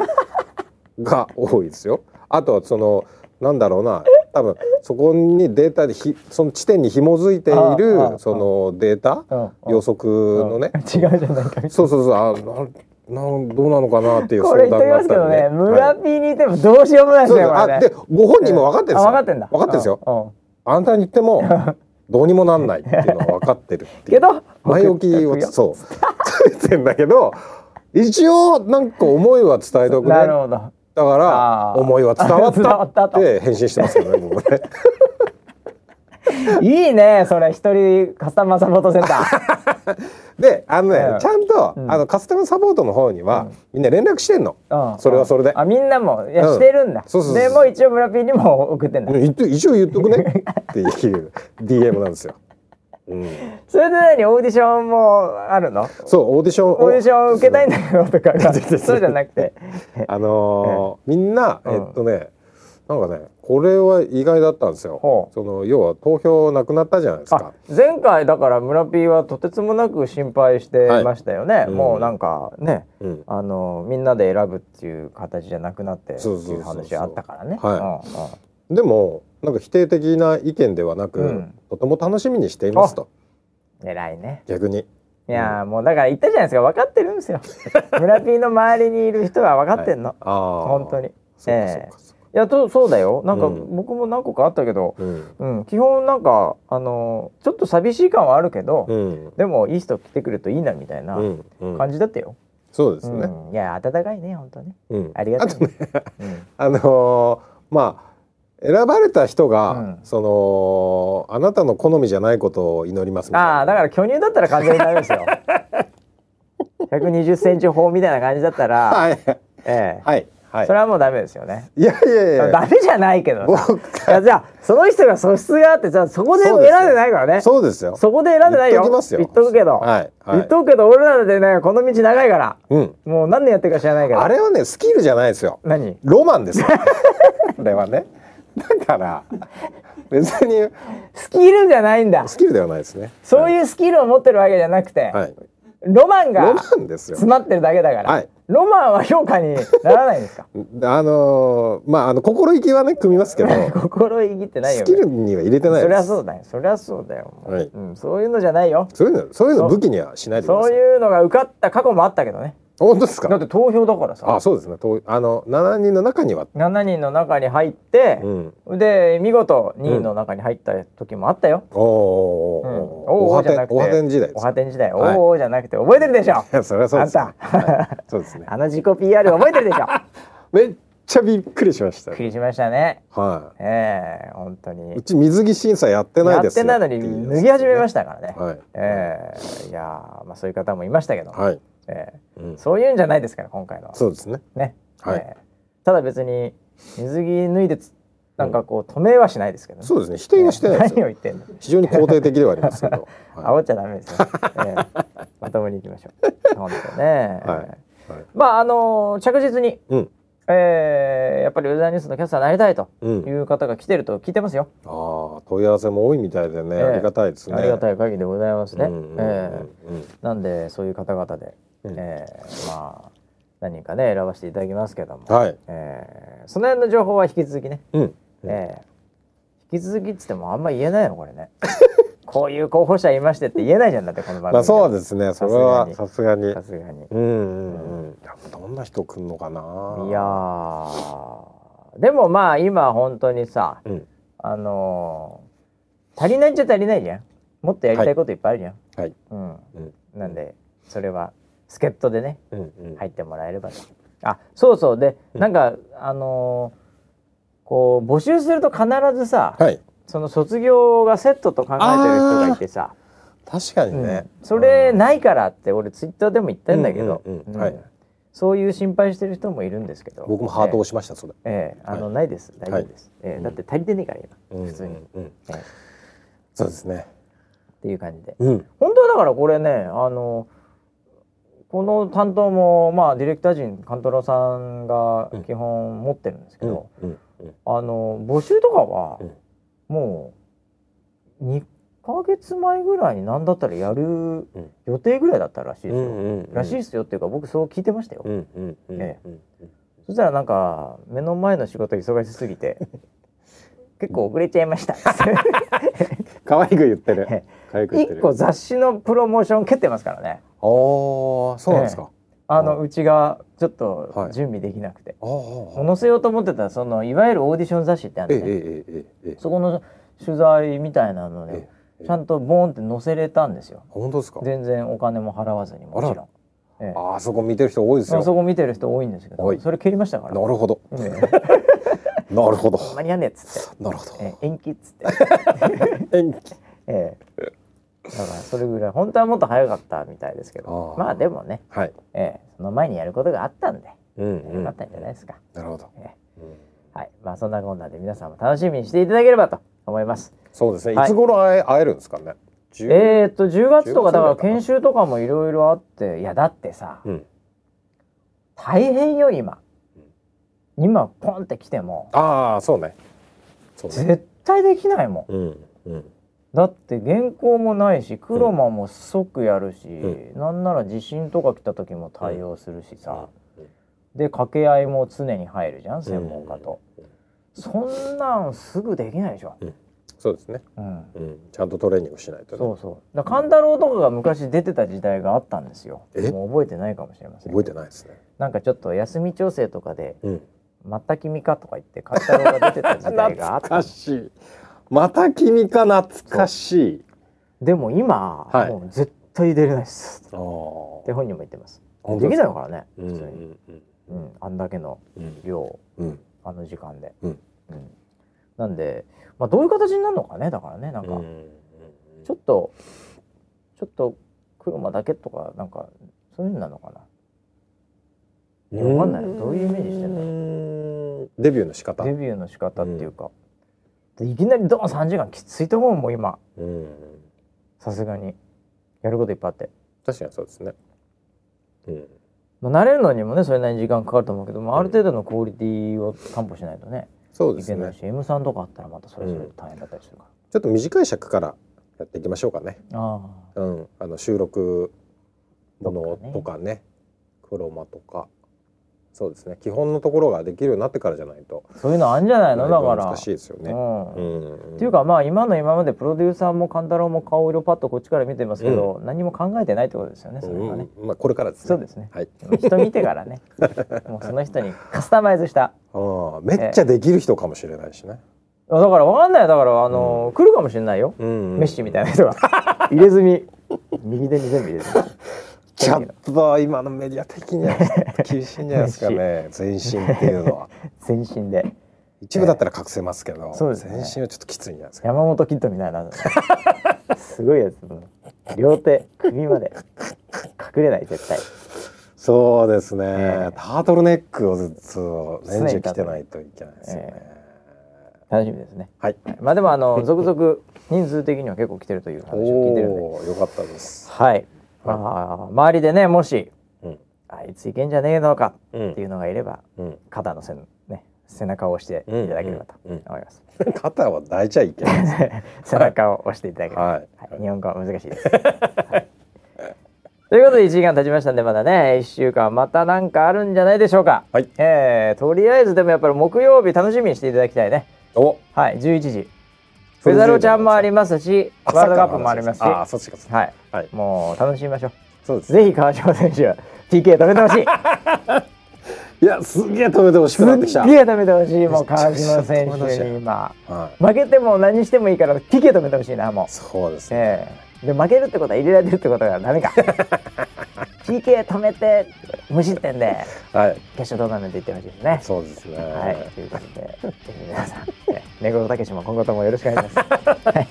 Speaker 2: が多いですよ。あとはそのなんだろうな、多分そこにデータでひその地点に紐づいてい
Speaker 1: ああああ
Speaker 2: るそのデータ
Speaker 1: うんうん
Speaker 2: 予測のね、
Speaker 1: 違うじゃないかみたい
Speaker 2: そうそうそうあななんどうなのかなっていう
Speaker 1: こ
Speaker 2: 相
Speaker 1: れ
Speaker 2: 談
Speaker 1: 言っとき
Speaker 2: が
Speaker 1: ま
Speaker 2: あ
Speaker 1: すけど
Speaker 2: ったんで
Speaker 1: ね、
Speaker 2: ね
Speaker 1: 村
Speaker 2: はい
Speaker 1: ピーにいてもどうしようもないで
Speaker 2: そう
Speaker 1: すね、
Speaker 2: です
Speaker 1: こ
Speaker 2: あ
Speaker 1: れ
Speaker 2: で
Speaker 1: ね。
Speaker 2: ご本人も分かってるんですよ、
Speaker 1: あ分かってんだ。
Speaker 2: 分かってるんですよ、
Speaker 1: よ。
Speaker 2: あんたに言ってもどうにもなんないっていうのは分かってるっていう
Speaker 1: けど
Speaker 2: 前置き
Speaker 1: 送っとく
Speaker 2: を
Speaker 1: よ
Speaker 2: そうついてんだけど一応なんか思いは伝えと
Speaker 1: うん
Speaker 2: くね
Speaker 1: な
Speaker 2: だ
Speaker 1: る
Speaker 2: か
Speaker 1: ほど。
Speaker 2: ら
Speaker 1: あー
Speaker 2: 思いは伝わ
Speaker 1: (laughs)
Speaker 2: っ
Speaker 1: 伝わった
Speaker 2: たっ
Speaker 1: と
Speaker 2: て返信してますけどね僕ね
Speaker 1: いいね、それ一人カスタマーサポートセンター。
Speaker 2: であのね、
Speaker 1: うん
Speaker 2: ちゃんと、
Speaker 1: うん
Speaker 2: あのカスタマーサポートの方には、みんな連絡してんの、 (laughs)
Speaker 1: うん
Speaker 2: それはそれで
Speaker 1: あ、みんなもいや
Speaker 2: うん
Speaker 1: してるんだ。
Speaker 2: そうそうそ
Speaker 1: で
Speaker 2: う
Speaker 1: も一応村ピーにも送ってんだ
Speaker 2: う。ん言っと一応言っとくねっていう DM なんですよ、うん、
Speaker 1: それで何オーディションもあるの？
Speaker 2: そうオーディションを
Speaker 1: オーディション受けたいんだけどとかが、 (laughs) そうじゃなくて。
Speaker 2: あのーみんな、
Speaker 1: うん
Speaker 2: えっとねなんかねこれは意外だったんですよ
Speaker 1: ほ。う
Speaker 2: その要は投票なくなったじゃないです
Speaker 1: あ
Speaker 2: か。
Speaker 1: 前回だから村ピーはとてつもなく心配してましたよね、
Speaker 2: いうん
Speaker 1: もうなんかね、
Speaker 2: うん
Speaker 1: あのみんなで選ぶっていう形じゃなくなってって
Speaker 2: そうそうそう
Speaker 1: いう話あったからね
Speaker 2: はでもなんか否定的な意見ではなく、
Speaker 1: うん
Speaker 2: とても楽しみにしていますと
Speaker 1: うんうん、偉いね
Speaker 2: 逆に。
Speaker 1: いやーもうだから言ったじゃないですか分かってるん
Speaker 2: (laughs)
Speaker 1: ですよ村ピーの周りにいる人は分かってんの、
Speaker 2: ああ
Speaker 1: 本当にい
Speaker 2: そうか
Speaker 1: え
Speaker 2: そう
Speaker 1: え
Speaker 2: かそうか。
Speaker 1: やとそうだよなんか
Speaker 2: うん
Speaker 1: 僕も何個かあったけど、
Speaker 2: うん
Speaker 1: うん、基本なんかあのちょっと寂しい感はあるけど、
Speaker 2: うん
Speaker 1: でもいい人来てくれるといいなみたいな
Speaker 2: うんうん
Speaker 1: 感じだったよ、
Speaker 2: そうですね。
Speaker 1: うん、いや温かいね本当ね
Speaker 2: うん
Speaker 1: ありがとうね
Speaker 2: あとね (laughs)
Speaker 1: うん
Speaker 2: あのーまあ。選ばれた人が、
Speaker 1: うん
Speaker 2: そのあなたの好みじゃないことを祈りますみたいな
Speaker 1: ああだから巨乳だったら完全にダメですよ120センチ砲みたいな感じだったら、
Speaker 2: (laughs) はい
Speaker 1: ええ
Speaker 2: はいはい
Speaker 1: それはもうダメですよね、
Speaker 2: いやいやいや
Speaker 1: ダメじゃないけどさ
Speaker 2: 僕
Speaker 1: いやじゃあその人が素質があってじゃあそこで選んでないからねそ
Speaker 2: そうですよ。
Speaker 1: こで選んでないよ
Speaker 2: 言っときますよ
Speaker 1: とくけど、
Speaker 2: はいはい
Speaker 1: 言っとくけど俺らだってねこの道長いから
Speaker 2: うん。
Speaker 1: もう何年やってるか知らないけど
Speaker 2: あれはねスキルじゃないですよ。
Speaker 1: 何
Speaker 2: ロマンですよ。あれはね。だから別に
Speaker 1: スキルじゃないんだ
Speaker 2: スキルではないですね。
Speaker 1: そういうスキルを持ってるわけじゃなくて、
Speaker 2: はい。
Speaker 1: ロマン
Speaker 2: ロ
Speaker 1: が
Speaker 2: マンですよ。
Speaker 1: 詰まってるだけだから、
Speaker 2: はい
Speaker 1: ロマンは評価にならないんですか
Speaker 2: あのーまああの心意気はね組みますけど、
Speaker 1: (laughs) 心意気ってないよ
Speaker 2: スキルには入れてないです。
Speaker 1: そりゃそうだよそりゃそうだよ、
Speaker 2: はい
Speaker 1: うん、そういうのじゃないよ
Speaker 2: そういうのそういうの武器にはしないでくだ
Speaker 1: そ
Speaker 2: さ
Speaker 1: う
Speaker 2: い。
Speaker 1: いうのが受かった過去もあったけどね
Speaker 2: 本当です
Speaker 1: だっ
Speaker 2: か。
Speaker 1: て投票だからさ
Speaker 2: あそうですね。とあの七人の中には。
Speaker 1: 7人の中に入って
Speaker 2: う、ん。
Speaker 1: で見事2位の中に入った時もあったよ、
Speaker 2: おーおー
Speaker 1: うん
Speaker 2: おーおはてんおはてん時代で
Speaker 1: お
Speaker 2: すね。
Speaker 1: はてん時代、
Speaker 2: はい
Speaker 1: おーおーじゃなくて覚えてるでしょ
Speaker 2: いやそ (laughs) れはそうです、
Speaker 1: あん
Speaker 2: はいそうですね。
Speaker 1: あの自己 PR 覚えてるで
Speaker 2: (laughs)
Speaker 1: しょ
Speaker 2: めっちゃびっくりしました
Speaker 1: びっ。くりしましたね
Speaker 2: は
Speaker 1: ええ本当に
Speaker 2: い。うち水着審査やってない
Speaker 1: や
Speaker 2: で
Speaker 1: っ
Speaker 2: すよ
Speaker 1: てないのに脱ぎ始めま
Speaker 2: し
Speaker 1: したからね、
Speaker 2: はい。
Speaker 1: ええいやーまあそういう方もいましたけど、
Speaker 2: はい。
Speaker 1: ええ
Speaker 2: うん。
Speaker 1: そういうんじゃないですから今回のは
Speaker 2: そうですね。
Speaker 1: ね、
Speaker 2: はい
Speaker 1: えーただ別に水着脱いでつなんかこう止めはしないですけどね、
Speaker 2: そうですね。否定はしてないです
Speaker 1: 何を
Speaker 2: よ。
Speaker 1: 言ってんの
Speaker 2: 非常に肯定的ではありますけ (laughs) ど。は
Speaker 1: 煽っちゃダメですよ、えー
Speaker 2: (laughs)
Speaker 1: まともにいきましょう本当ね、
Speaker 2: い。はい。
Speaker 1: まああのー着実に、
Speaker 2: うん。
Speaker 1: えーやっぱりウェザーニュースのキャスターになりたいと
Speaker 2: う
Speaker 1: い
Speaker 2: ん。
Speaker 1: う方が来てると聞いてますよ、
Speaker 2: ああ、問い合わせも多いみたいでね、
Speaker 1: ええ
Speaker 2: ありがたいですね。
Speaker 1: ありが
Speaker 2: い
Speaker 1: たい限りでございますね、
Speaker 2: うんうん
Speaker 1: え
Speaker 2: うんうん
Speaker 1: ーなんでそういう方々で、
Speaker 2: うん
Speaker 1: えーまあ何人かね選ばせていただきますけども、
Speaker 2: はい。
Speaker 1: えーその辺の情報は引き続きね
Speaker 2: うん。
Speaker 1: ええ引き続きっつってもあんま言えないのこれね (laughs) こういう候補者いましてって言えないじゃんだってこの番組
Speaker 2: まあ、そうですすね。そ
Speaker 1: さすがに
Speaker 2: れはさすがに
Speaker 1: さ。すがに
Speaker 2: うんうんうん。やっぱどんな人来んのかな。
Speaker 1: いや。ーでもまあ今本当にさ
Speaker 2: うん。
Speaker 1: あのー足りないっちゃ足りないじゃんもっとやりたいこといっぱいあるじゃん、
Speaker 2: はい。うん。
Speaker 1: うんなんでそれは助っ人でね
Speaker 2: うんうん。
Speaker 1: 入ってもらえればとあそうそうでなんかあのーこう募集すると必ずさ、
Speaker 2: はい。
Speaker 1: その卒業がセットと考えてる人がいてさ
Speaker 2: 確かに
Speaker 1: うん
Speaker 2: ね。
Speaker 1: それないからって俺ツイッターでも言ったんだけど、
Speaker 2: うんうんうん
Speaker 1: うん
Speaker 2: はい
Speaker 1: そういう心配してる人もいるんですけど
Speaker 2: 僕もハートを
Speaker 1: を
Speaker 2: 押しました。それ。
Speaker 1: ええあの、
Speaker 2: はい
Speaker 1: ないです大丈夫です、ええだって足りてねえから今普通に、
Speaker 2: うんうんうん
Speaker 1: ええっ
Speaker 2: そうですね。
Speaker 1: ていう感じで
Speaker 2: うん。
Speaker 1: 本当はだからこれねあのこの担当もまあディレクター陣勘太郎さんが基本持ってるんですけど、
Speaker 2: うんうん
Speaker 1: あの募集とかは
Speaker 2: うん
Speaker 1: もう2ヶ月前ぐらいに何だったらやる
Speaker 2: ん
Speaker 1: 予定ぐらいだったらしいです
Speaker 2: う
Speaker 1: よ、
Speaker 2: んうん。
Speaker 1: らしいですよっていうか僕そう聞いてましたよ、
Speaker 2: うんうんうん
Speaker 1: え
Speaker 2: うん
Speaker 1: そしたらなんか目の前の仕事忙しすぎ
Speaker 2: (laughs)
Speaker 1: て結構遅れちゃいました
Speaker 2: 可愛く言ってる
Speaker 1: え。
Speaker 2: 可愛く言って
Speaker 1: 一
Speaker 2: る。
Speaker 1: 個雑誌のプロモーション蹴ってますからね
Speaker 2: ああ、そうなんですか。
Speaker 1: あの
Speaker 2: は
Speaker 1: うちがちょっと
Speaker 2: はい
Speaker 1: 準備できなくて、
Speaker 2: あああ
Speaker 1: 載せようと思ってたそのいわゆるオーディション雑誌ってあ
Speaker 2: ええ
Speaker 1: るね、
Speaker 2: ええええええ
Speaker 1: そこの取材みたいなの
Speaker 2: え
Speaker 1: で
Speaker 2: え
Speaker 1: ちゃんとボーンって載せれたんですよ
Speaker 2: 本当ですか
Speaker 1: 全然お金も払わずにもちろんええ
Speaker 2: ああそこ見てる人多いです
Speaker 1: ま
Speaker 2: よ
Speaker 1: あそこ見てる人多いんですけ
Speaker 2: は
Speaker 1: ど
Speaker 2: い
Speaker 1: それ蹴りましたから
Speaker 2: なるほど
Speaker 1: うん
Speaker 2: なるほど
Speaker 1: 間に合わねえっつって
Speaker 2: なるほ
Speaker 1: ええ延期っつって、
Speaker 2: ど延期
Speaker 1: ええ、だからそれぐらい本当はもっと早かったみたいですけど
Speaker 2: あー
Speaker 1: まあでもね、
Speaker 2: はい
Speaker 1: ええ、その前にやることがあったんで
Speaker 2: うん
Speaker 1: ええよかったんじゃないですか、
Speaker 2: なるほど
Speaker 1: え
Speaker 2: うん
Speaker 1: はいまあそんなこんなで皆さんも楽しみにしていただければと思います
Speaker 2: そうですね
Speaker 1: はい
Speaker 2: いつ頃会え会えるんですかね10
Speaker 1: えー、っと10月とかだから
Speaker 2: 10月ぐらいかな
Speaker 1: 研修とかもいろいろあっていやだってさ
Speaker 2: うん
Speaker 1: 大変よ今
Speaker 2: うん
Speaker 1: 今ポンって来ても
Speaker 2: ああそうねそうね
Speaker 1: 絶対できないもん
Speaker 2: うんうん
Speaker 1: だって原稿もないしクロマも即やるし、
Speaker 2: う
Speaker 1: なんなら地震とか来た時も対応するしさ、
Speaker 2: うん
Speaker 1: で掛け合いも常に入るじゃん専門家と、
Speaker 2: うん
Speaker 1: そんなんすぐできないでしょ、
Speaker 2: そうですね
Speaker 1: うん、
Speaker 2: うんちゃんとトレーニングしないとね
Speaker 1: そうそうだから勘太郎とかが昔出てた時代があったんですよ
Speaker 2: え
Speaker 1: もう覚えてないかもしれません
Speaker 2: 覚えてないですね
Speaker 1: なんかちょっと休み調整とかで
Speaker 2: うん
Speaker 1: 「また君か」とか言って勘太郎が出てた時代があ
Speaker 2: 懐 (laughs)
Speaker 1: ったの
Speaker 2: かしいまた君か懐かしい
Speaker 1: でも今、
Speaker 2: はい
Speaker 1: もう絶対出れないです
Speaker 2: ああ
Speaker 1: って本人も言ってます
Speaker 2: 本
Speaker 1: で
Speaker 2: 当
Speaker 1: き
Speaker 2: で
Speaker 1: な
Speaker 2: す
Speaker 1: いからね
Speaker 2: う
Speaker 1: 普
Speaker 2: んう
Speaker 1: 通
Speaker 2: ん
Speaker 1: に、
Speaker 2: うん
Speaker 1: うん、あんだけの
Speaker 2: うん
Speaker 1: 量
Speaker 2: うん
Speaker 1: あの時間で、
Speaker 2: うん
Speaker 1: うんなんで、まあ、どういう形になるのかねだからねなんか、
Speaker 2: うんうんうん
Speaker 1: ちょっとちょっと車だけとかなんかそういうのなのかないやわかんないどういうイメージしてんだろう
Speaker 2: のデビューの仕方
Speaker 1: デビューの仕方っていうか、でいきなりドーン3時間きついと思うもん今
Speaker 2: うん
Speaker 1: さすがにやることいっぱいあって、
Speaker 2: 確かにそうですねうん
Speaker 1: まあ、慣れるのにもねそれなりに時間かかると思うけど、まあ、ある程度のクオリティを担保しないとね、
Speaker 2: そうで
Speaker 1: いけ
Speaker 2: す
Speaker 1: ない
Speaker 2: ね
Speaker 1: し M さんとかあったらまたそれぞれ大変だったりするか
Speaker 2: ちょっと短い尺からやっていきましょうかね
Speaker 1: ら、ああ
Speaker 2: うんあの収録もの
Speaker 1: と
Speaker 2: と
Speaker 1: か
Speaker 2: かねクロマとかそうですね基本のところができるようになってからじゃないと
Speaker 1: そういうのあんじゃないのだから
Speaker 2: 難しいですよね
Speaker 1: うん
Speaker 2: うん
Speaker 1: っていうかまあ今の今までプロデューサーも勘太郎も顔色パッとこっちから見てますけど、何も考えてないってことですよねそれはね、
Speaker 2: うんまあこれからですね
Speaker 1: そうですね
Speaker 2: はい
Speaker 1: 人見てから (laughs) ねもうその人にカスタマイズした
Speaker 2: ああめっちゃできる人かもしれないしね、
Speaker 1: だからわかんないよだからあのー来るかもしれないよ、
Speaker 2: うん
Speaker 1: メッシみたいな人が (laughs) 入れ墨右手に全部入れ墨
Speaker 2: ちょっと今のメディア的には厳しいんじゃないです
Speaker 1: (laughs)
Speaker 2: かね全身っていうのは
Speaker 1: 全身で
Speaker 2: 一部だったら隠せますけど、
Speaker 1: そうですね
Speaker 2: 全身はちょっときついんじゃないですか
Speaker 1: 山本キッドみたいなすごいやつ両手首まで隠れない絶対
Speaker 2: そうですね、
Speaker 1: ええ
Speaker 2: タートルネックをずっと年中着てないといけないですよね、
Speaker 1: 楽しみですね
Speaker 2: はい
Speaker 1: まあでもあの続々人数的には結構来てるという話を聞いてるんで
Speaker 2: おおよかったです
Speaker 1: はい、まあ、周りでねもし
Speaker 2: うん
Speaker 1: あいついけんじゃねえのか
Speaker 2: うん
Speaker 1: っていうのがいれば
Speaker 2: うん
Speaker 1: 肩の背,、ね、背中を押していただければと
Speaker 2: うんうん
Speaker 1: 思います、
Speaker 2: 肩は抱いちゃいけないです
Speaker 1: 背中を押していただければ、
Speaker 2: はい
Speaker 1: (laughs) はい日本語は難しいです、はいということで1時間経ちましたんでまだね1週間また何かあるんじゃないでしょうか、
Speaker 2: はい
Speaker 1: えーとりあえずでもやっぱり木曜日楽しみにしていただきたいね
Speaker 2: お
Speaker 1: はい11時フェザロちゃんもありますし
Speaker 2: あ
Speaker 1: ワールドカップもありますし
Speaker 2: ああそっちかそっちか
Speaker 1: はい
Speaker 2: はい
Speaker 1: もう楽しみましょ
Speaker 2: そうで
Speaker 1: う
Speaker 2: すね
Speaker 1: ぜひ川島選手は PK 止めてほしい
Speaker 2: いやすげえ止めてほし
Speaker 1: す
Speaker 2: くなってきた
Speaker 1: っげえ止めてほしいもう
Speaker 2: めちゃ
Speaker 1: 川
Speaker 2: くちゃ
Speaker 1: 島選
Speaker 2: 止めてほしい
Speaker 1: 手に今
Speaker 2: はい
Speaker 1: 負けても何してもいいから PK 止めてほしいなもう
Speaker 2: そうですね
Speaker 1: ええで負けるってことは入れられてるってことは (laughs) ダメか PK 止めて無失点で
Speaker 2: はい
Speaker 1: 決勝トーナメント行ってほしいですね
Speaker 2: そうですね
Speaker 1: はいということでぜひ皆さんえ根 (laughs) 室武も今後ともよろしくお願いします、はい、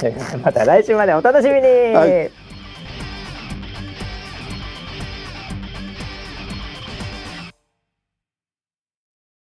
Speaker 1: ということでまた来週までお楽しみに、
Speaker 2: はい